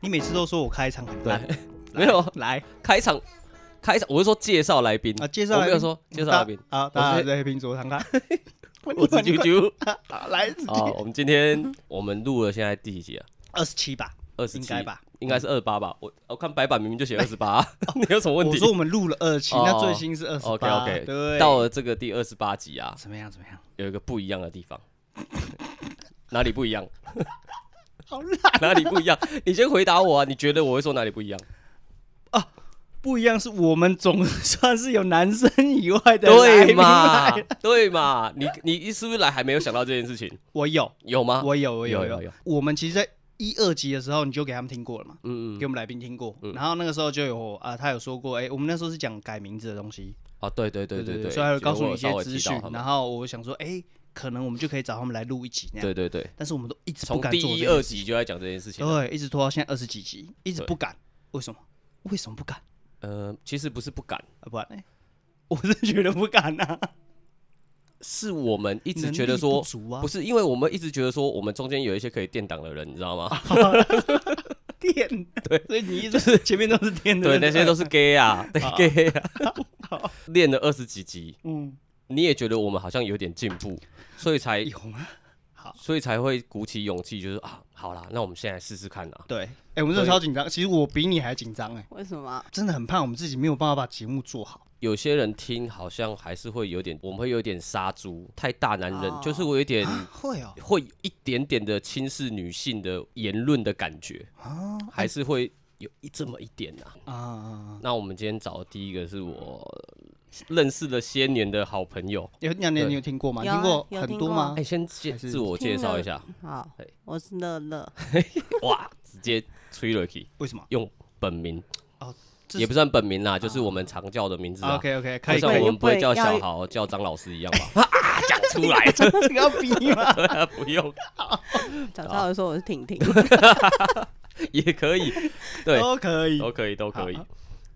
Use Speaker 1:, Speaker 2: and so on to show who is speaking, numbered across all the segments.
Speaker 1: 你每次都说我开场很 烂，
Speaker 2: 对，
Speaker 1: 来
Speaker 2: 没有
Speaker 1: 来
Speaker 2: 开场，开场，我是说介绍来宾
Speaker 1: 啊，，介绍
Speaker 2: 我
Speaker 1: 来
Speaker 2: 没有说
Speaker 1: 宾
Speaker 2: 介绍
Speaker 1: 大
Speaker 2: 来宾
Speaker 1: 啊，大家
Speaker 2: 我是
Speaker 1: 在黑屏桌上 看，
Speaker 2: 我是
Speaker 1: 你
Speaker 2: 啾
Speaker 1: 快
Speaker 2: 啾。
Speaker 1: 啊来自
Speaker 2: 啊，我们今天我们录了现在第几集啊？
Speaker 1: 二十七吧，
Speaker 2: 二十
Speaker 1: 应该，吧？
Speaker 2: 应该是二八吧？我我看白板明 明就写二十八， 你有什么问
Speaker 1: 我
Speaker 2: 题
Speaker 1: 说？我们录了二十七，
Speaker 2: 哦
Speaker 1: 那最新是二十
Speaker 2: OK
Speaker 1: 八，
Speaker 2: OK，
Speaker 1: 对，
Speaker 2: 到了这个第二十八集啊，
Speaker 1: 怎么样怎么样？
Speaker 2: 有一个不一样的地方， 哪里不一样？
Speaker 1: 好烂，
Speaker 2: 哪里不一样？你先回答我啊！你觉得我会说哪里不 一样？
Speaker 1: 不一样是我们总算是有男生以外的来
Speaker 2: 对
Speaker 1: 宾
Speaker 2: 嘛
Speaker 1: 来了？
Speaker 2: 对嘛？你你是不是来还没有想到这件事情？
Speaker 1: 我有，
Speaker 2: 有吗？
Speaker 1: 我有，我有
Speaker 2: 啊有有
Speaker 1: 有
Speaker 2: 有。
Speaker 1: 我们其实，在一二集的时候，你就给他们听过了嘛，
Speaker 2: 嗯嗯
Speaker 1: 给我们来宾听过。然后那个时候就有啊，他有说过，哎，我们那时候是讲改名字的东西，
Speaker 2: 啊，对对对对
Speaker 1: 对
Speaker 2: 对，
Speaker 1: 所以他会告诉你一
Speaker 2: 其实
Speaker 1: 些
Speaker 2: 我有稍微
Speaker 1: 资
Speaker 2: 提
Speaker 1: 讯
Speaker 2: 到他。们
Speaker 1: 然后我想说，哎，可能我们就可以找他们来录一集那样。
Speaker 2: 对对对，
Speaker 1: 但是我们都一直不
Speaker 2: 从
Speaker 1: 敢
Speaker 2: 第
Speaker 1: 做这
Speaker 2: 一
Speaker 1: 件
Speaker 2: 二
Speaker 1: 事
Speaker 2: 集就在讲这件事情。
Speaker 1: 对，一直拖到现在二十几集，一直
Speaker 2: 对
Speaker 1: 不敢。为什么？为什么不敢？
Speaker 2: 呃，其实不是不敢，
Speaker 1: 啊，不然呢？ 我是觉得不敢啊，
Speaker 2: 是我们 一
Speaker 1: 一
Speaker 2: 直觉得
Speaker 1: 不，
Speaker 2: 说
Speaker 1: 足啊
Speaker 2: 不，是因为我们一直觉得说，我们中间有一些可以垫档的人，你知道吗？
Speaker 1: 啊电对，所以你一直是 前面都是电的，
Speaker 2: 对，那些都是 gay 啊，对 gay 啊。练了二十几集，
Speaker 1: 嗯，
Speaker 2: 你也觉得我们好像有点进步，所以才
Speaker 1: 有啊吗？
Speaker 2: 所以才会鼓起勇气，就是啊，好啦，那我们现在试试看啊。
Speaker 1: 对，哎，我们真的超紧张，其实我比你还紧张哎，
Speaker 3: 为什么？
Speaker 1: 真的很怕我们自己没有办法把节目做好。
Speaker 2: 有些人听好像还是会有点，我们会有点杀猪，太大男人，
Speaker 1: 啊
Speaker 3: 哦
Speaker 2: 就是我有点
Speaker 1: 会哦，
Speaker 2: 会有一点点的轻视女性的言论的感觉，
Speaker 1: 啊
Speaker 2: 还是会有一这么一点啊。
Speaker 1: 啊啊，啊
Speaker 2: 那我们今天找的第一个是我认识了些年的好朋友，
Speaker 1: 有那年
Speaker 2: 对
Speaker 1: 你有听过吗？
Speaker 3: 有
Speaker 1: 听
Speaker 3: 啊
Speaker 1: 过
Speaker 3: 有
Speaker 1: 很
Speaker 3: 听
Speaker 1: 多
Speaker 3: 过
Speaker 1: 吗
Speaker 2: 哎、？先介
Speaker 1: 还是
Speaker 2: 自我介绍一下，
Speaker 3: 好
Speaker 2: 对，
Speaker 3: 我是乐 乐，
Speaker 2: 哇，直接吹了去，
Speaker 1: 为什么
Speaker 2: 用本名
Speaker 1: 哦这是
Speaker 2: 也不算本名啦，就是我们常叫的名字啊。
Speaker 1: ？OK OK，可
Speaker 2: 就
Speaker 1: 以
Speaker 2: 像
Speaker 1: 可以
Speaker 2: 我，
Speaker 3: 又
Speaker 2: 们不会
Speaker 3: 不
Speaker 2: 叫
Speaker 3: 会要
Speaker 2: 小豪、叫张老师一样吧？啊讲出来，
Speaker 1: 这个要逼吗？
Speaker 2: 对啊， 不用
Speaker 3: 早知道我说我是婷婷，
Speaker 2: 也可以，对，
Speaker 1: 都可以
Speaker 2: 都可以，都可以
Speaker 1: 好。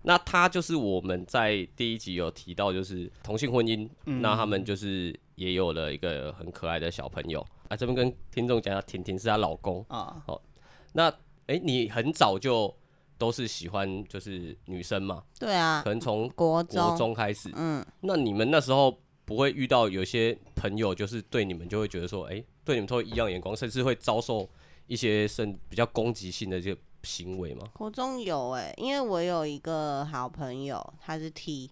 Speaker 2: 那他就是我们在第一集有提到，就是同性婚姻，
Speaker 1: 嗯
Speaker 2: 那他们就是也有了一个很可爱的小朋友啊。这边跟听众讲一下，婷婷是她老公。
Speaker 1: 啊。
Speaker 2: 那哎、诶你很早就都是喜欢就是女生嘛？
Speaker 3: 对啊
Speaker 2: 可，能从
Speaker 3: 国
Speaker 2: 国
Speaker 3: 中，
Speaker 2: 中开始。
Speaker 3: 嗯，
Speaker 2: 那你们那时候不会遇到有些朋友，就是对你们就会觉得说，哎、对你们都会异样眼光，甚至会遭受一些甚比较攻击性的这个行为 吗？
Speaker 3: 国中有哎、因为我有一个好朋友，他是 T，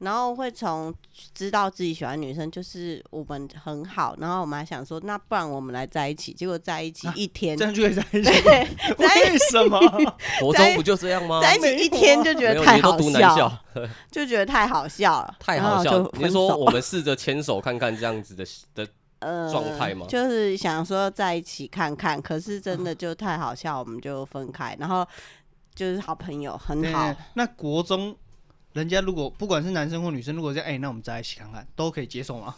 Speaker 3: 然后会从知道自己喜欢女生，就是我们很好，然后我们还想说，那不然我们来在一起，结果在一起
Speaker 2: 啊
Speaker 3: 一天，
Speaker 1: 这样就可以在一起？为什么？
Speaker 2: 国中不就这样吗？
Speaker 3: 在一起一天就 觉
Speaker 2: 没
Speaker 3: 得
Speaker 2: 有，
Speaker 3: 太
Speaker 2: 你都
Speaker 3: 好
Speaker 2: 读男
Speaker 3: 笑，
Speaker 2: 校，
Speaker 3: 就觉得太好笑了，
Speaker 2: 太
Speaker 3: 然
Speaker 2: 好
Speaker 3: 后
Speaker 2: 笑
Speaker 3: 就
Speaker 2: 了。你是
Speaker 3: 分
Speaker 2: 说
Speaker 3: 手
Speaker 2: 我们试着牵手看看这样子的的
Speaker 3: 呃
Speaker 2: 状态吗
Speaker 3: 就是想说在一起看看，可是真的就太好笑，我们就分开。然后就是好朋友很好
Speaker 1: 对，嗯那国中，人家如果不管是男生或女生，如果在哎、那我们在一起看看，都可以接受吗？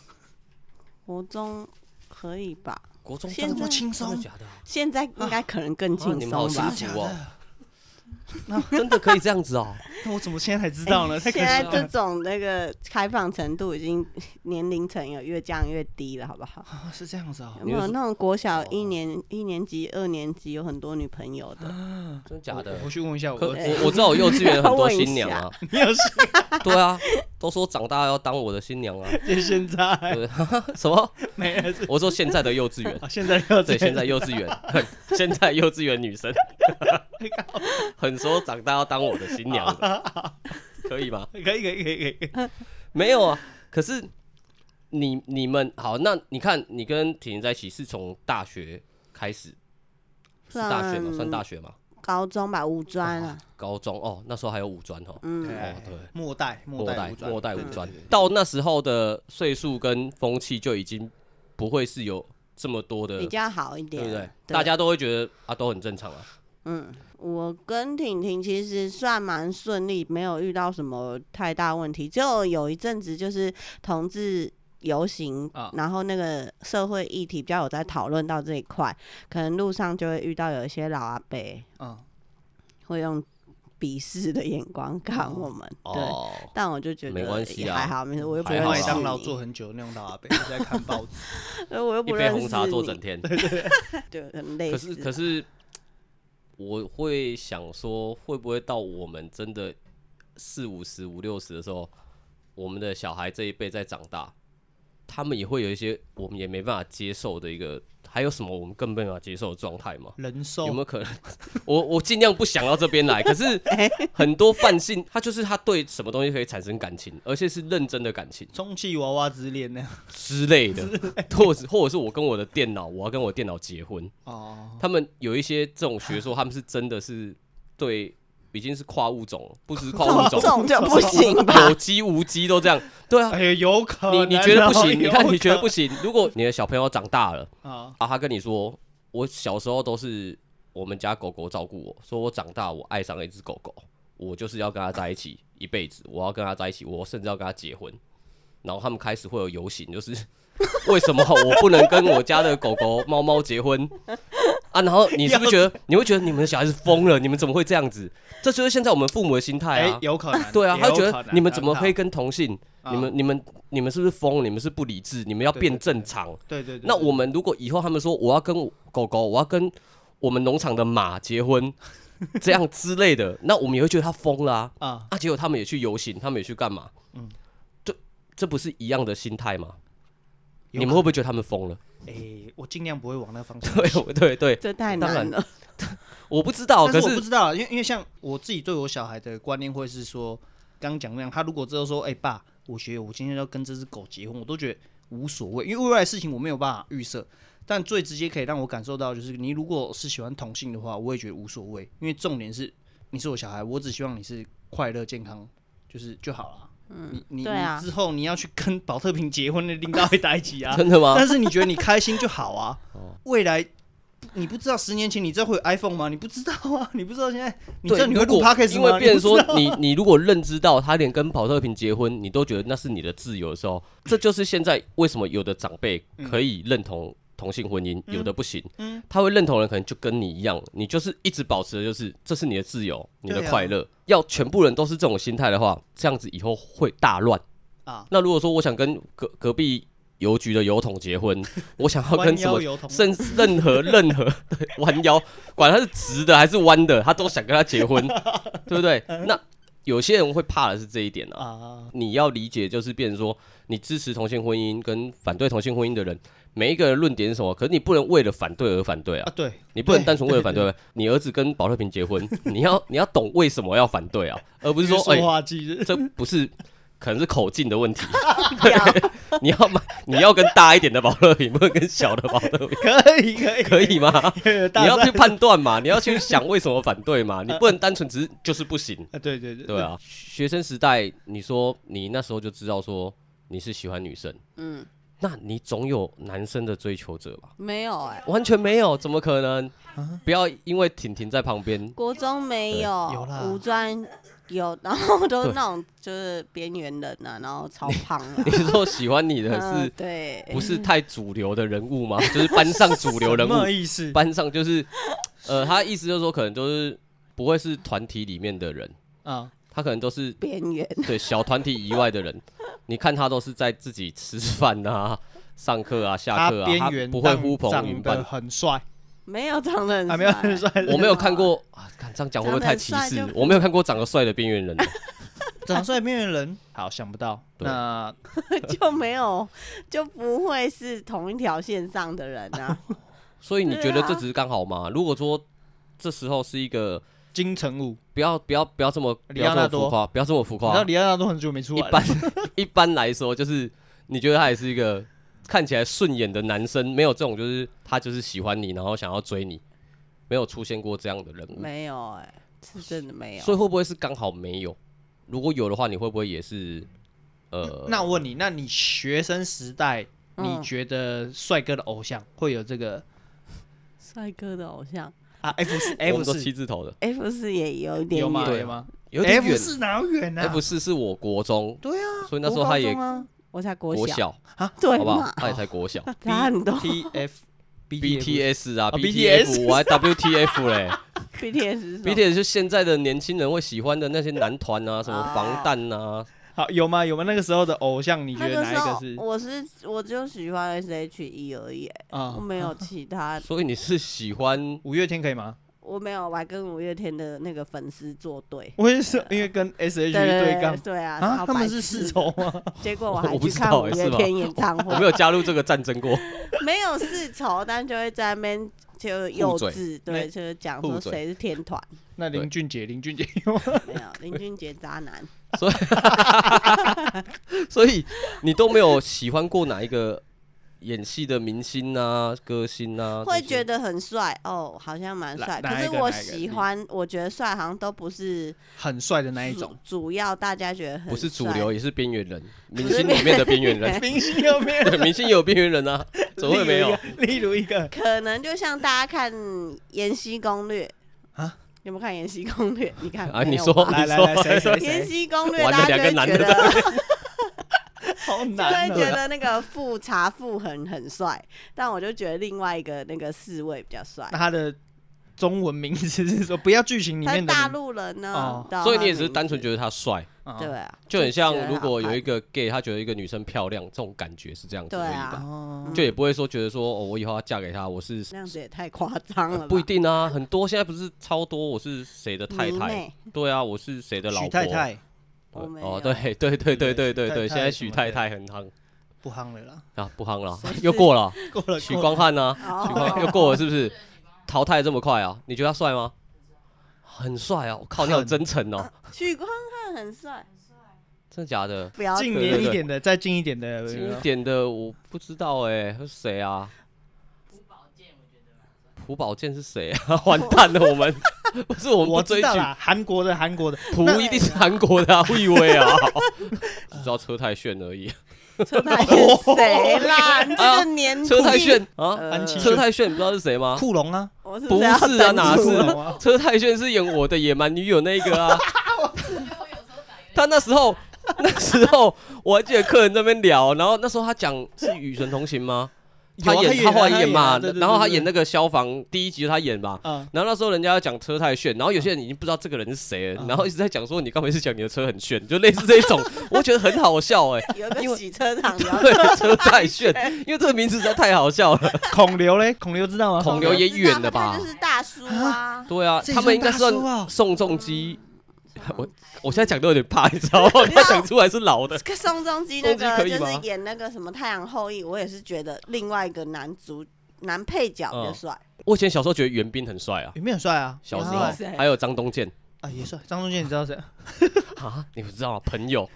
Speaker 3: 国中可以吧？
Speaker 2: 国中
Speaker 3: 现在
Speaker 2: 这么
Speaker 1: 轻松
Speaker 2: 真的假的啊？
Speaker 3: 现在应该可能更
Speaker 2: 啊
Speaker 3: 轻
Speaker 2: 你们好
Speaker 3: 松吧哎
Speaker 2: 幸？
Speaker 1: 假
Speaker 2: 福哦
Speaker 1: 的？
Speaker 2: 啊真的可以这样子哦？
Speaker 1: 那我怎么现在才知道呢？太可
Speaker 3: 哎现
Speaker 1: 惜
Speaker 3: 在
Speaker 1: 了
Speaker 3: 这。种那个开放程度已经年龄层有越降越低了，好不好？
Speaker 1: 啊，是这样子哦、
Speaker 3: 有没有
Speaker 2: 你是哦
Speaker 3: 那种国小一年、一年级、二年级有很多女朋友的？
Speaker 2: 嗯真的 假的
Speaker 1: 我？我去问一下我
Speaker 2: 可
Speaker 1: 儿子，
Speaker 2: 我我知道我幼稚园很多新娘啊，
Speaker 1: 你有 是
Speaker 2: 对啊，都说长大要当我的新娘啊，
Speaker 1: 现现在
Speaker 2: 对，什么？
Speaker 1: 没儿子
Speaker 2: 我说现在的幼稚园，
Speaker 1: 啊？现在要
Speaker 2: 对，现在幼稚园，现在幼稚园女生， 很说长大要当我的新娘的， 可以吗？
Speaker 1: 可以可以可以可以可以，
Speaker 2: 没有啊，可是你你们好，那你看你跟婷婷在一起是从大学开始，是大学吗？
Speaker 3: 算
Speaker 2: 算大学吗？
Speaker 3: 高中吧，五专啊，
Speaker 2: 高中哦，那时候还有五专哦，
Speaker 3: 嗯，
Speaker 1: 哎
Speaker 2: 对
Speaker 1: 末代末
Speaker 2: 末
Speaker 1: 代
Speaker 2: 代
Speaker 1: 五专
Speaker 2: 末代五
Speaker 1: 对
Speaker 2: 专
Speaker 1: 对对，
Speaker 2: 到那时候的岁数跟风气就已经不会是有这么多的
Speaker 3: 比，较好一点，
Speaker 2: 对不对？大家都会觉得啊，都很正常啊。
Speaker 3: 嗯，我跟婷婷其实算蛮顺利，没有遇到什么太大问题。只有有一阵子就是同志游行，
Speaker 1: 啊
Speaker 3: 然后那个社会议题比较有在讨论到这一块，可能路上就会遇到有一些老阿伯
Speaker 1: 嗯，
Speaker 3: 会用鄙视的眼光看
Speaker 1: 哦
Speaker 3: 我们，对。
Speaker 2: 哦，
Speaker 3: 但我就觉得
Speaker 2: 没关系啊
Speaker 3: 也还好，没事，我又不
Speaker 2: 还
Speaker 3: 认
Speaker 2: 好
Speaker 3: 识
Speaker 2: 啊
Speaker 1: 麦
Speaker 3: 你，
Speaker 1: 当劳做很久的那种老 阿伯一直在看报纸，
Speaker 3: 呃我又
Speaker 2: 一
Speaker 3: 不认
Speaker 2: 杯
Speaker 3: 识你，
Speaker 2: 红茶坐整天。
Speaker 3: 对，很累。
Speaker 2: 可是可是，我会想说，会不会到我们真的四五十、五六十的时候，我们的小孩这一辈在长大，他们也会有一些我们也没办法接受的一个，还有什么我们更没办法接受的状态吗？
Speaker 1: 人
Speaker 2: 有
Speaker 1: 寿
Speaker 2: 没有可能？ 我我尽量不想到这边来， 可是很多泛性，他就是他对什么东西可以产生感情，而且是认真的感情
Speaker 1: 充气娃娃之恋那样。
Speaker 2: 之类的，或者或者是我跟我的电脑，我要跟我电脑结婚，
Speaker 1: 哦，
Speaker 2: 他们有一些这种学说，他们是真的是对，已经是跨物种了，不只是跨物
Speaker 3: 这
Speaker 2: 种，
Speaker 3: 种就不行 吧？
Speaker 2: 有机无机都这样。对啊，
Speaker 1: 哎呀，有可
Speaker 2: 你
Speaker 1: 能
Speaker 2: 你觉得不
Speaker 1: 哦
Speaker 2: 行？你看
Speaker 1: 有
Speaker 2: 你觉得
Speaker 1: 可
Speaker 2: 不行？如果你的小朋友长大了
Speaker 1: 啊？
Speaker 2: 啊，他跟你说，我小时候都是我们家狗狗照顾我，说我长大我爱上了一只狗狗，我就是要跟他在一起一辈子，我要跟他在一起，我甚至要跟他结婚。然后他们开始会有游行，就是 为什么我不能跟我家的狗狗、猫猫结婚啊？然后你是不是觉得你会觉得你们的小孩是疯了？你们怎么会这样子？这就是现在我们父母的心态
Speaker 1: 哎
Speaker 2: 啊，。
Speaker 1: 有可能。
Speaker 2: 对啊，
Speaker 1: 也
Speaker 2: 他
Speaker 1: 有
Speaker 2: 会觉
Speaker 1: 可
Speaker 2: 得
Speaker 1: 能
Speaker 2: 你们怎么
Speaker 1: 很
Speaker 2: 可以
Speaker 1: 好
Speaker 2: 跟同性？
Speaker 1: 啊
Speaker 2: 你们、你们、你们是不是疯？你们是不理智？你们要
Speaker 1: 对对
Speaker 2: 变
Speaker 1: 对
Speaker 2: 正常。
Speaker 1: 对对对？
Speaker 2: 那
Speaker 1: 对
Speaker 2: 我们如果以后他们说我要跟我狗狗，我要跟我们农场的马结婚， 这样之类的，那我们也会觉得他疯了啊。
Speaker 1: 啊，
Speaker 2: 啊，结果他们也去游行，他们也去干嘛？嗯，这这不是一样的心态吗？
Speaker 1: 有
Speaker 2: 你们会不会觉得他们疯了？
Speaker 1: 哎，我尽量不会往那方向去。
Speaker 2: 对，我对对，
Speaker 3: 这太
Speaker 2: 当然
Speaker 3: 难了。
Speaker 2: 我不知道，可
Speaker 1: 但是我不
Speaker 2: 是，
Speaker 1: 知道啊，因为因为像我自己对我小孩的观念会是说，刚刚讲那样，他如果之后说，哎、爸，我学我今天要跟这只狗结婚，我都觉得无所谓，因为未来的事情我没有办法预设。但最直接可以让我感受到，就是你如果是喜欢同性的话，我也觉得无所谓，因为重点是你是我小孩，我只希望你是快乐健康，就是就好了。嗯，你你
Speaker 3: 对啊
Speaker 1: 你之后你要去跟保特瓶结婚的领导会在一起啊
Speaker 2: 真的吗？
Speaker 1: 但是你觉得你开心就好 啊。
Speaker 2: 哦
Speaker 1: 未来你不知道十年前你这会有 iPhone 吗？你不知道啊， 你不知道现在你知
Speaker 2: 对，
Speaker 1: 道你会
Speaker 2: 如
Speaker 1: 录
Speaker 2: 果
Speaker 1: podcast
Speaker 2: 因
Speaker 1: 吗？
Speaker 2: 为变成
Speaker 1: 你不知道
Speaker 2: 说你你如果认知到他连跟跑特瓶结婚，你都觉得那是你的自由的时候，
Speaker 1: 嗯
Speaker 2: 这就是现在为什么有的长辈可以认同同性婚
Speaker 1: 嗯
Speaker 2: 姻，有的不行。他会认同的人可能就跟你一样，你就是一直保持的就是这是你的自由，你的
Speaker 1: 对啊
Speaker 2: 快乐。要全部人都是这种心态的话，这样子以后会大乱
Speaker 1: 啊。
Speaker 2: 那如果说我想跟隔隔壁邮局的邮筒 结婚，我想要
Speaker 1: 弯
Speaker 2: 跟什么
Speaker 1: 腰油桶
Speaker 2: 甚任何任何 对弯腰，管他是直的还是弯的，他都想跟他结 婚，对不对？那有些人会怕的是这一点啊。
Speaker 1: 啊，
Speaker 2: 你要理解，就是变成说，你支持同性婚姻跟反对同性婚姻的人，每一个人论点是什么，可是你不能为了反对而反对
Speaker 1: 啊
Speaker 2: 啊，
Speaker 1: 对，
Speaker 2: 你不能单纯为了反对。啊你儿子跟保乐瓶结婚，你要 你要懂为什么要反对啊，而
Speaker 1: 不
Speaker 2: 不是说哎、
Speaker 1: 说话记日
Speaker 2: 这不是，可能是口径的问 题。你要买，你要跟大一点的保乐瓶，不能跟小的保乐瓶，
Speaker 1: 可以可以
Speaker 2: 可以吗？
Speaker 1: 以， 大
Speaker 2: 你要
Speaker 1: 战
Speaker 2: 去判断嘛，你要去想为什么反对嘛，你不能单纯只是就是不行，
Speaker 1: 啊对对对
Speaker 2: 对啊。学生时代，你说你那时候就知道说你是喜欢女生，
Speaker 3: 嗯，
Speaker 2: 那你总有男生的追求者吧？
Speaker 3: 没有哎、
Speaker 2: 完全没有，怎么可能？
Speaker 1: 啊
Speaker 2: 不要因为婷婷在旁边，
Speaker 3: 国中没
Speaker 2: 对
Speaker 3: 有，
Speaker 1: 有啦
Speaker 3: 五专有，然后都
Speaker 2: 对
Speaker 3: 是那种就是边缘人啊，然后超胖啊
Speaker 2: 你。说喜欢 你的
Speaker 3: 嗯
Speaker 2: 是
Speaker 3: 对，
Speaker 2: 不是太主流的人物吗？就是班上主流人
Speaker 1: 什
Speaker 2: 物
Speaker 1: 么，意思？
Speaker 2: 班上就是，呃，他意思就是说，可能就是不会是团体里面的人，
Speaker 1: 啊，
Speaker 2: 他可能都是
Speaker 3: 边缘，
Speaker 2: 对小团体以外的人。你看他都是在自己吃饭啊、上课啊、下
Speaker 1: 他
Speaker 2: 课啊，
Speaker 1: 边
Speaker 2: 他
Speaker 1: 缘
Speaker 2: 不会
Speaker 1: 但
Speaker 2: 呼朋
Speaker 1: 长得
Speaker 2: 引伴。
Speaker 1: 很帅，
Speaker 3: 没有长得很帅、
Speaker 1: 啊没有很帅，
Speaker 2: 我没有看过啊，看这样讲会不会太歧
Speaker 3: 长得很
Speaker 2: 视
Speaker 3: 帅？就
Speaker 2: 我没有看过长得帅的边缘人。啊
Speaker 1: 长得帅边缘人，好想不到。
Speaker 2: 对
Speaker 1: 那
Speaker 3: 就没有就不会是同一条线上的人 啊。
Speaker 2: 所以你觉得
Speaker 3: 对啊
Speaker 2: 这只是刚好吗？如果说这时候是一个
Speaker 1: 金城武，
Speaker 2: 不要不要不要这么不
Speaker 1: 里
Speaker 2: 要
Speaker 1: 奥
Speaker 2: 这
Speaker 1: 纳
Speaker 2: 么
Speaker 1: 多
Speaker 2: 浮夸，不要这么浮
Speaker 1: 你知道
Speaker 2: 夸。
Speaker 1: 李安娜都很久没出
Speaker 2: 一
Speaker 1: 来了，
Speaker 2: 般一般来说，就是你觉得他也是一个看起来顺眼的男生，没有这种就是他就是喜欢你，然后想要追你，没有出现过这样的人
Speaker 1: 嗯
Speaker 2: 物，
Speaker 3: 没有哎、是真的没有。
Speaker 2: 所以会不会是刚好没有？如果有的话，你会不会也是呃？
Speaker 1: 那我问你，那你学生时代，
Speaker 3: 嗯
Speaker 1: 你觉得帅哥的偶像会有这个
Speaker 3: 帅哥的偶像
Speaker 1: 啊？F 四
Speaker 2: 我们
Speaker 1: F
Speaker 2: 都
Speaker 1: 四
Speaker 2: 七字头的，
Speaker 3: F 四也有一点
Speaker 1: 有吗？
Speaker 3: 远，
Speaker 2: 对
Speaker 1: 有吗
Speaker 2: 有点
Speaker 1: ？F
Speaker 2: 远。
Speaker 1: 四哪有远啊
Speaker 2: F 四是我国中，
Speaker 1: 对啊，
Speaker 2: 所以那时候他也
Speaker 1: 国高中啊
Speaker 3: 我才国
Speaker 2: 国
Speaker 3: 小，
Speaker 2: 小，
Speaker 3: 对
Speaker 2: 好不好
Speaker 3: 嘛？？
Speaker 2: 他也才国 小
Speaker 3: 差很多
Speaker 1: T F
Speaker 2: ，BTS
Speaker 3: 哦
Speaker 2: 啊
Speaker 1: 啊
Speaker 2: ，BTF，我还 WTF 嘞
Speaker 3: ，BTS 是什么
Speaker 2: ，BTS 就现在的年轻人会喜欢的那些男团啊，什么
Speaker 3: 啊
Speaker 2: 防弹 啊，
Speaker 1: 好有吗？有吗？那个时候的偶像，你觉
Speaker 3: 那
Speaker 1: 得
Speaker 3: 个
Speaker 1: 哪一
Speaker 3: 时
Speaker 1: 个
Speaker 3: 候
Speaker 1: 是
Speaker 3: 我是我就喜欢 S.H.E 而已欸，
Speaker 1: 啊
Speaker 3: 我？没有其他，
Speaker 2: 所以你是喜欢
Speaker 1: 五月天可以吗？
Speaker 3: 我没有，我还跟五月天的那个粉丝作对。
Speaker 1: 我也是因为跟 S H
Speaker 3: 对
Speaker 1: E
Speaker 3: 对
Speaker 1: 对
Speaker 3: 对
Speaker 1: 杠
Speaker 3: 对啊！
Speaker 1: 啊，他
Speaker 3: 超白
Speaker 1: 们是
Speaker 3: 痴
Speaker 1: 世
Speaker 3: 的
Speaker 1: 仇 吗？
Speaker 3: 结果我
Speaker 2: 我
Speaker 3: 还
Speaker 2: 不
Speaker 3: 去
Speaker 2: 知
Speaker 3: 看
Speaker 2: 道
Speaker 3: 五
Speaker 2: 欸是
Speaker 3: 月
Speaker 2: 吗
Speaker 3: 天演唱会
Speaker 2: 我，没有加入这个战争过，
Speaker 3: 没有世仇，但就会在那边就
Speaker 2: 互
Speaker 3: 幼
Speaker 2: 嘴
Speaker 3: 稚，
Speaker 1: 没
Speaker 3: 对，就是讲
Speaker 2: 互
Speaker 3: 说
Speaker 2: 嘴
Speaker 3: 谁是天团，
Speaker 1: 那
Speaker 2: 对
Speaker 1: 林俊杰，林俊杰
Speaker 3: 没有林俊杰渣男，
Speaker 2: 所以你都没有喜欢过哪一个演戏的明星啊、歌星啊？
Speaker 3: 会
Speaker 2: 这些
Speaker 3: 觉得很帅哦，好像蛮
Speaker 1: 哪
Speaker 3: 帅。可
Speaker 1: 哪一
Speaker 3: 是
Speaker 1: 个
Speaker 3: 我
Speaker 1: 哪一个
Speaker 3: 喜欢，我觉得帅好像都不是
Speaker 1: 很帅的那一
Speaker 3: 主
Speaker 1: 种，。
Speaker 3: 主要大家觉得很
Speaker 2: 不是主
Speaker 3: 帅
Speaker 2: 流，也是边缘 人，明
Speaker 3: 是
Speaker 2: 星里面的边缘人
Speaker 1: 明星有没有？
Speaker 2: 对，明星也有边缘人啊， 怎么会没有？
Speaker 1: 例如一个？例如一个
Speaker 3: 可能就像大家看《延禧攻略》
Speaker 1: 啊，
Speaker 3: 有没有看《延禧攻略》？你看
Speaker 2: 啊
Speaker 3: 没
Speaker 2: 你
Speaker 3: 有
Speaker 2: 说
Speaker 3: 吧
Speaker 1: 来来来，谁 谁
Speaker 3: 《延
Speaker 1: 谁？
Speaker 3: 禧攻略》，
Speaker 2: 完了
Speaker 3: 大家就
Speaker 2: 两个男
Speaker 3: 会觉
Speaker 2: 的
Speaker 3: 得
Speaker 1: 好
Speaker 3: 就
Speaker 1: 难
Speaker 3: 会觉
Speaker 1: 哦。
Speaker 3: 得那个富察傅恒很帅，但我就觉得另外一个那个侍卫比较帅
Speaker 1: 那。他的中文名字是说不要剧情里
Speaker 3: 他是
Speaker 1: 面的
Speaker 3: 大
Speaker 1: 名，
Speaker 3: 陆人呢、
Speaker 1: 哦
Speaker 3: 知道
Speaker 2: 所以
Speaker 3: 他
Speaker 2: 你也只是
Speaker 3: 名
Speaker 2: 单纯
Speaker 3: 字
Speaker 2: 觉得他帅，
Speaker 1: 哦
Speaker 3: 对啊，
Speaker 2: 就很像
Speaker 3: 觉得
Speaker 2: 如果有一
Speaker 3: 好
Speaker 2: 个 gay，他觉得一个女生漂亮，这种感觉是这样子
Speaker 3: 对
Speaker 2: 而已
Speaker 3: 啊
Speaker 2: 吧？
Speaker 1: 哦
Speaker 3: 嗯
Speaker 2: 就也不会说觉得说哦，我以后要嫁给他，我是
Speaker 3: 看那样子也太夸张了吧，
Speaker 2: 不一定啊，很多现在不是超多，我是谁的太
Speaker 3: 迷
Speaker 2: 太？
Speaker 3: 妹，
Speaker 2: 对啊，我是谁的老
Speaker 1: 许
Speaker 2: 婆？
Speaker 1: 太太
Speaker 2: 对
Speaker 3: 我没
Speaker 2: 哦，
Speaker 3: 有
Speaker 2: 对对对对对对
Speaker 1: 太
Speaker 2: 对，
Speaker 1: 太
Speaker 2: 现在
Speaker 1: 什
Speaker 2: 许
Speaker 1: 么
Speaker 2: 太
Speaker 1: 的
Speaker 2: 太很夯
Speaker 1: 不夯了啦，
Speaker 2: 啊，不夯了
Speaker 3: 谁，
Speaker 2: 又
Speaker 3: 是
Speaker 2: 过 了，
Speaker 1: 够了，
Speaker 2: 许
Speaker 1: 够了
Speaker 2: 光汉啊呢？许 光汉又
Speaker 3: 哦，
Speaker 2: 过了是不是？淘汰这么快啊？你觉得他帅吗？很帅啊！我靠，你好
Speaker 1: 很啊
Speaker 2: 真诚哦，
Speaker 3: 许光汉很帅，
Speaker 2: 真的假的？
Speaker 3: 不要
Speaker 1: 近
Speaker 2: 对
Speaker 1: 年
Speaker 2: 对
Speaker 1: 一
Speaker 2: 对
Speaker 1: 点的，再近一点的，
Speaker 2: 经典的我不知道哎、是谁啊？朴宝剑，我觉得朴宝剑是谁啊？ 完蛋了，我们不是我们不
Speaker 1: 我
Speaker 2: 追
Speaker 1: 知
Speaker 2: 剧
Speaker 1: 道，啦，韩国的韩国的，
Speaker 2: 朴一定是韩国 的啊，我以为啊， 只知道车太炫而已，
Speaker 3: 车太炫谁 啦？你这个年纪，
Speaker 2: 哎车太炫啊，
Speaker 3: 呃，
Speaker 1: 安琪
Speaker 2: 车太炫，你不知道是谁吗？
Speaker 1: 库龙啊，
Speaker 3: 我是
Speaker 2: 不
Speaker 3: 是要
Speaker 2: 是啊，
Speaker 3: 等
Speaker 2: 哪
Speaker 3: 你
Speaker 1: 库
Speaker 2: 是
Speaker 1: 龙啊？
Speaker 2: 车太炫是演我的野蛮女友那个啊。他那时候， 那时候我还记得客人在那边聊，然后那时候他讲是《与神同行》吗？
Speaker 1: 有啊他
Speaker 2: 演
Speaker 1: 演
Speaker 2: 他
Speaker 1: 啊
Speaker 2: 后来
Speaker 1: 他演
Speaker 2: 嘛
Speaker 1: 啊对，对
Speaker 2: 然后
Speaker 1: 对
Speaker 2: 他
Speaker 1: 对
Speaker 2: 演那个消防第一集他演嘛。
Speaker 1: 啊，
Speaker 2: 然后那时候人家要讲车太炫，然后有些人已经不知道这个人是谁了，
Speaker 1: 嗯
Speaker 2: 然后一直在讲说你刚才是讲你的车很炫，就类似这一 种，我觉得很好笑哎、
Speaker 3: 有一个洗车场，你 要
Speaker 2: 对，车 太炫，因为这个名字实在太好笑了。
Speaker 1: 孔刘嘞，孔刘知道吗？
Speaker 2: 孔刘也远了
Speaker 3: 他
Speaker 2: 吧
Speaker 3: 就是大叔啊，
Speaker 2: 对啊，
Speaker 1: 这也
Speaker 2: 他们应该
Speaker 1: 算
Speaker 2: 算
Speaker 1: 大叔啊
Speaker 2: 宋仲基。 我我现在讲都有点怕，你 知道吗？他讲出来是 老的，
Speaker 3: 宋仲基那
Speaker 2: 宋仲
Speaker 3: 个
Speaker 2: 基可
Speaker 3: 就
Speaker 2: 以吗
Speaker 3: 是演那个什么《太阳后裔》，我也是觉得另外一个男主男配角
Speaker 2: 哦
Speaker 3: 比较帅，
Speaker 2: 我以前小时候觉得袁彬很帅啊，
Speaker 1: 有没有很帅啊？
Speaker 2: 小时
Speaker 1: 有啊
Speaker 3: 是
Speaker 2: 候还有张东健
Speaker 1: 啊也帅，张东健你知道谁？
Speaker 2: 啊，你们知道吗？朋 友，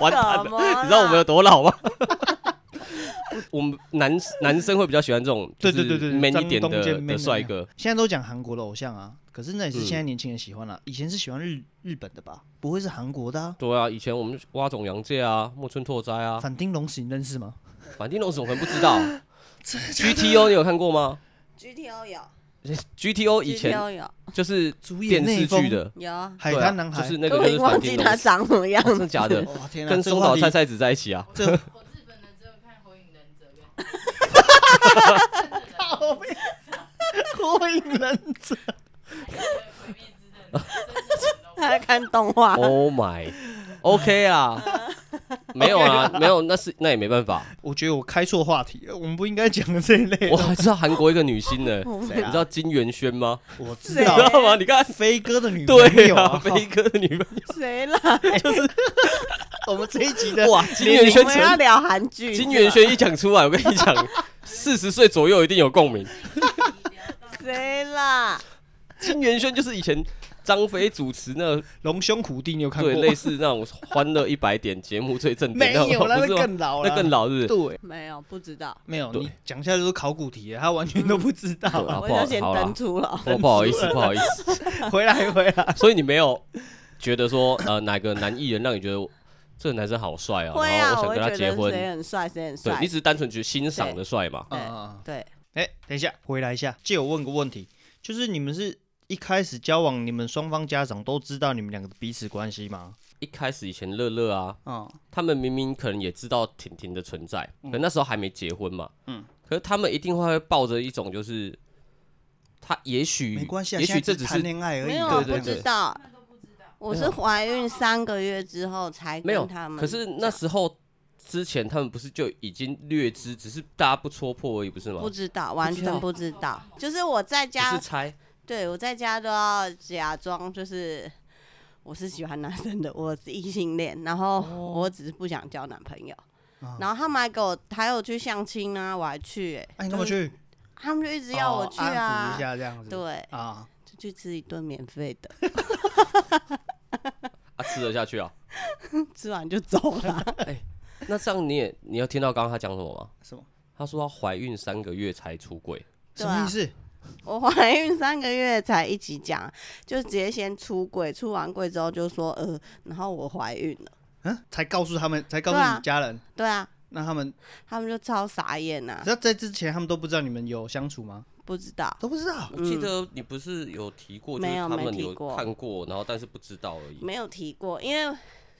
Speaker 2: 完蛋了，
Speaker 3: 怎么啦？
Speaker 2: 你知道我们有多老 吗？ 我们男男生会比较喜欢这种，
Speaker 1: 对对对对对
Speaker 2: man 一点
Speaker 1: 张东健
Speaker 2: 的
Speaker 1: man 啊
Speaker 2: 的
Speaker 1: 的
Speaker 2: 帅哥，
Speaker 1: 现在都讲韩国的偶像啊，可是那也是
Speaker 2: 嗯
Speaker 1: 现在年轻人喜欢啦、以前是喜欢日日本的吧？不会是韩国的、啊？
Speaker 2: 对啊，以前我们挖种洋界啊，木村拓哉啊，
Speaker 1: 反町隆史你认识吗？
Speaker 2: 反町隆史我可能不知 道，GTO 你有看过吗
Speaker 3: GTO 有
Speaker 2: ？GTO 以前
Speaker 3: ，GTO 有
Speaker 2: 就是
Speaker 1: 主演
Speaker 2: 电
Speaker 1: 内
Speaker 2: 视
Speaker 1: 丰
Speaker 2: 剧的，
Speaker 3: 有啊，
Speaker 1: 海
Speaker 2: 对啊
Speaker 1: 滩男孩，
Speaker 2: 就是那
Speaker 3: 都
Speaker 2: 个就
Speaker 3: 已经
Speaker 2: 是
Speaker 3: 忘
Speaker 2: 反町
Speaker 3: 记他
Speaker 2: 隆史，
Speaker 3: 长什么样
Speaker 2: 真
Speaker 3: 子，
Speaker 2: 的假 的？
Speaker 1: 哇天啊，
Speaker 2: 跟
Speaker 1: 这个
Speaker 2: 松
Speaker 1: 话
Speaker 2: 岛
Speaker 1: 题
Speaker 2: 菜菜子在一起啊？
Speaker 1: 这
Speaker 4: 我日本的只有看《火影忍者》跟
Speaker 1: 好面， 火影忍者，
Speaker 4: 《鬼灭之刃》真的很 low。
Speaker 3: 他在看动画，
Speaker 2: Oh my，OK 啊， 没有啊，没有，那是那也没办法。
Speaker 1: 我觉得我开错话题了，我们不应该讲这一类
Speaker 2: 我
Speaker 1: 的。
Speaker 2: 还知道韩国一个女星呢，
Speaker 3: 我
Speaker 2: 你
Speaker 1: 谁啊
Speaker 2: 知道金元萱吗？
Speaker 1: 我知
Speaker 2: 你知
Speaker 3: 谁
Speaker 1: 道
Speaker 3: 啊
Speaker 2: 道吗？你看，
Speaker 1: 飞哥的女朋
Speaker 2: 对
Speaker 1: 友
Speaker 2: 啊，
Speaker 1: 啊，
Speaker 2: 飞哥的女朋
Speaker 3: 谁啦？
Speaker 1: 我们这一集的
Speaker 2: 友，哇，金
Speaker 1: 年
Speaker 2: 元
Speaker 1: 龄
Speaker 3: 我
Speaker 2: 萱
Speaker 3: 们要
Speaker 2: 成，
Speaker 3: 聊韩剧，
Speaker 2: 金元萱一讲出来，我跟 你讲，四十岁左右一定有共鸣。
Speaker 3: 谁啦？
Speaker 2: 金元萱就是以前张飞主持那个
Speaker 1: 龙兄虎弟，你有看过
Speaker 2: 对？类似那种欢乐一百点节目最正
Speaker 1: 没
Speaker 2: 点那
Speaker 1: 有
Speaker 2: 种，
Speaker 1: 啦，
Speaker 2: 不
Speaker 1: 那
Speaker 2: 是吗？
Speaker 1: 更老了，
Speaker 2: 那更老是不是？
Speaker 1: 对，
Speaker 3: 没有，不知道，
Speaker 1: 没有，
Speaker 2: 对
Speaker 1: 你讲下来就是考古题了，他完全都不知道
Speaker 2: 对啊
Speaker 1: 啊。
Speaker 3: 我
Speaker 2: 不好
Speaker 3: 就先
Speaker 2: 好啦
Speaker 3: 登出了。
Speaker 2: 哦我不好意思，不好意思。
Speaker 1: 回来，回来，哎
Speaker 2: 所以你没有觉得说，呃，哪个男艺人让你觉得这个男生好帅啊，
Speaker 3: 会
Speaker 2: 然
Speaker 3: 啊，
Speaker 2: 后
Speaker 3: 我
Speaker 2: 我想跟
Speaker 3: 会觉
Speaker 2: 他
Speaker 3: 得
Speaker 2: 结婚？
Speaker 3: 谁很帅，谁很
Speaker 2: 对
Speaker 3: 帅
Speaker 2: 你。只是单纯觉得欣赏的帅嘛？
Speaker 1: 啊
Speaker 3: 对
Speaker 1: 啊啊
Speaker 3: 对，
Speaker 1: 哎，等一下，回来一下，借我问个问题，就是你们是一开始交往，你们双方家长都知道你们两个的彼此关系吗？
Speaker 2: 一开始以前乐乐啊，
Speaker 1: 啊，
Speaker 2: 他们明明可能也知道婷婷的存在，可那时候还没结婚嘛，
Speaker 1: 嗯，
Speaker 2: 可是他们一定会抱着一种就是，他也许
Speaker 1: 没关系啊，
Speaker 2: 也
Speaker 1: 现在
Speaker 2: 许这只
Speaker 1: 谈
Speaker 2: 是
Speaker 1: 恋爱而已，
Speaker 3: 没有
Speaker 2: 对
Speaker 3: 我
Speaker 2: 对
Speaker 3: 不
Speaker 2: 对
Speaker 3: 知道，我
Speaker 2: 没
Speaker 3: 是
Speaker 2: 有
Speaker 3: 怀孕三个月之后才
Speaker 2: 没有
Speaker 3: 跟他，们。
Speaker 2: 可是那时候之前他们不是就已经略知，只是大家不戳破而已，不是吗
Speaker 3: 不？知道，完全不知道，就是我在
Speaker 2: 只
Speaker 3: 家
Speaker 2: 是猜，
Speaker 3: 对我在家都要假装就是我是喜欢男生的，我是异性恋，然后我只是不想交男朋友。
Speaker 1: 啊
Speaker 3: 然后他们还给我，还有去相亲啊，我还去、欸，
Speaker 1: 哎，你干嘛
Speaker 3: 就是
Speaker 1: 去？
Speaker 3: 他们就一直要我
Speaker 1: 哦
Speaker 3: 去
Speaker 1: 安
Speaker 3: 啊，
Speaker 1: 抚一下这样子，
Speaker 3: 对，
Speaker 1: 啊，
Speaker 3: 就去吃一顿免费的，
Speaker 2: 啊，吃得下去啊？
Speaker 3: 吃完就走了。
Speaker 2: 那这样你也你要听到刚刚他讲什么吗？
Speaker 1: 什么
Speaker 2: 他说她怀孕三个月才出轨，
Speaker 1: 什
Speaker 3: 对啊
Speaker 1: 么意思？
Speaker 3: 我怀孕三个月才一起讲，就直接先出轨，出完轨之后就说呃，然后我怀孕了。
Speaker 1: 嗯，才告诉他们，才告诉
Speaker 3: 对啊
Speaker 1: 你家人，
Speaker 3: 对啊，
Speaker 1: 那他们
Speaker 3: 他们就超傻眼啊呐、
Speaker 1: 那在之前他们都不知道你们有相处吗？
Speaker 3: 不知道。
Speaker 1: 都不知道，
Speaker 2: 我记得你不是有提过，就是
Speaker 3: 没有
Speaker 2: 他
Speaker 3: 没
Speaker 2: 们
Speaker 3: 提
Speaker 2: 有
Speaker 3: 过
Speaker 2: 看过，然后但是不知道而已。
Speaker 3: 没有提过，因为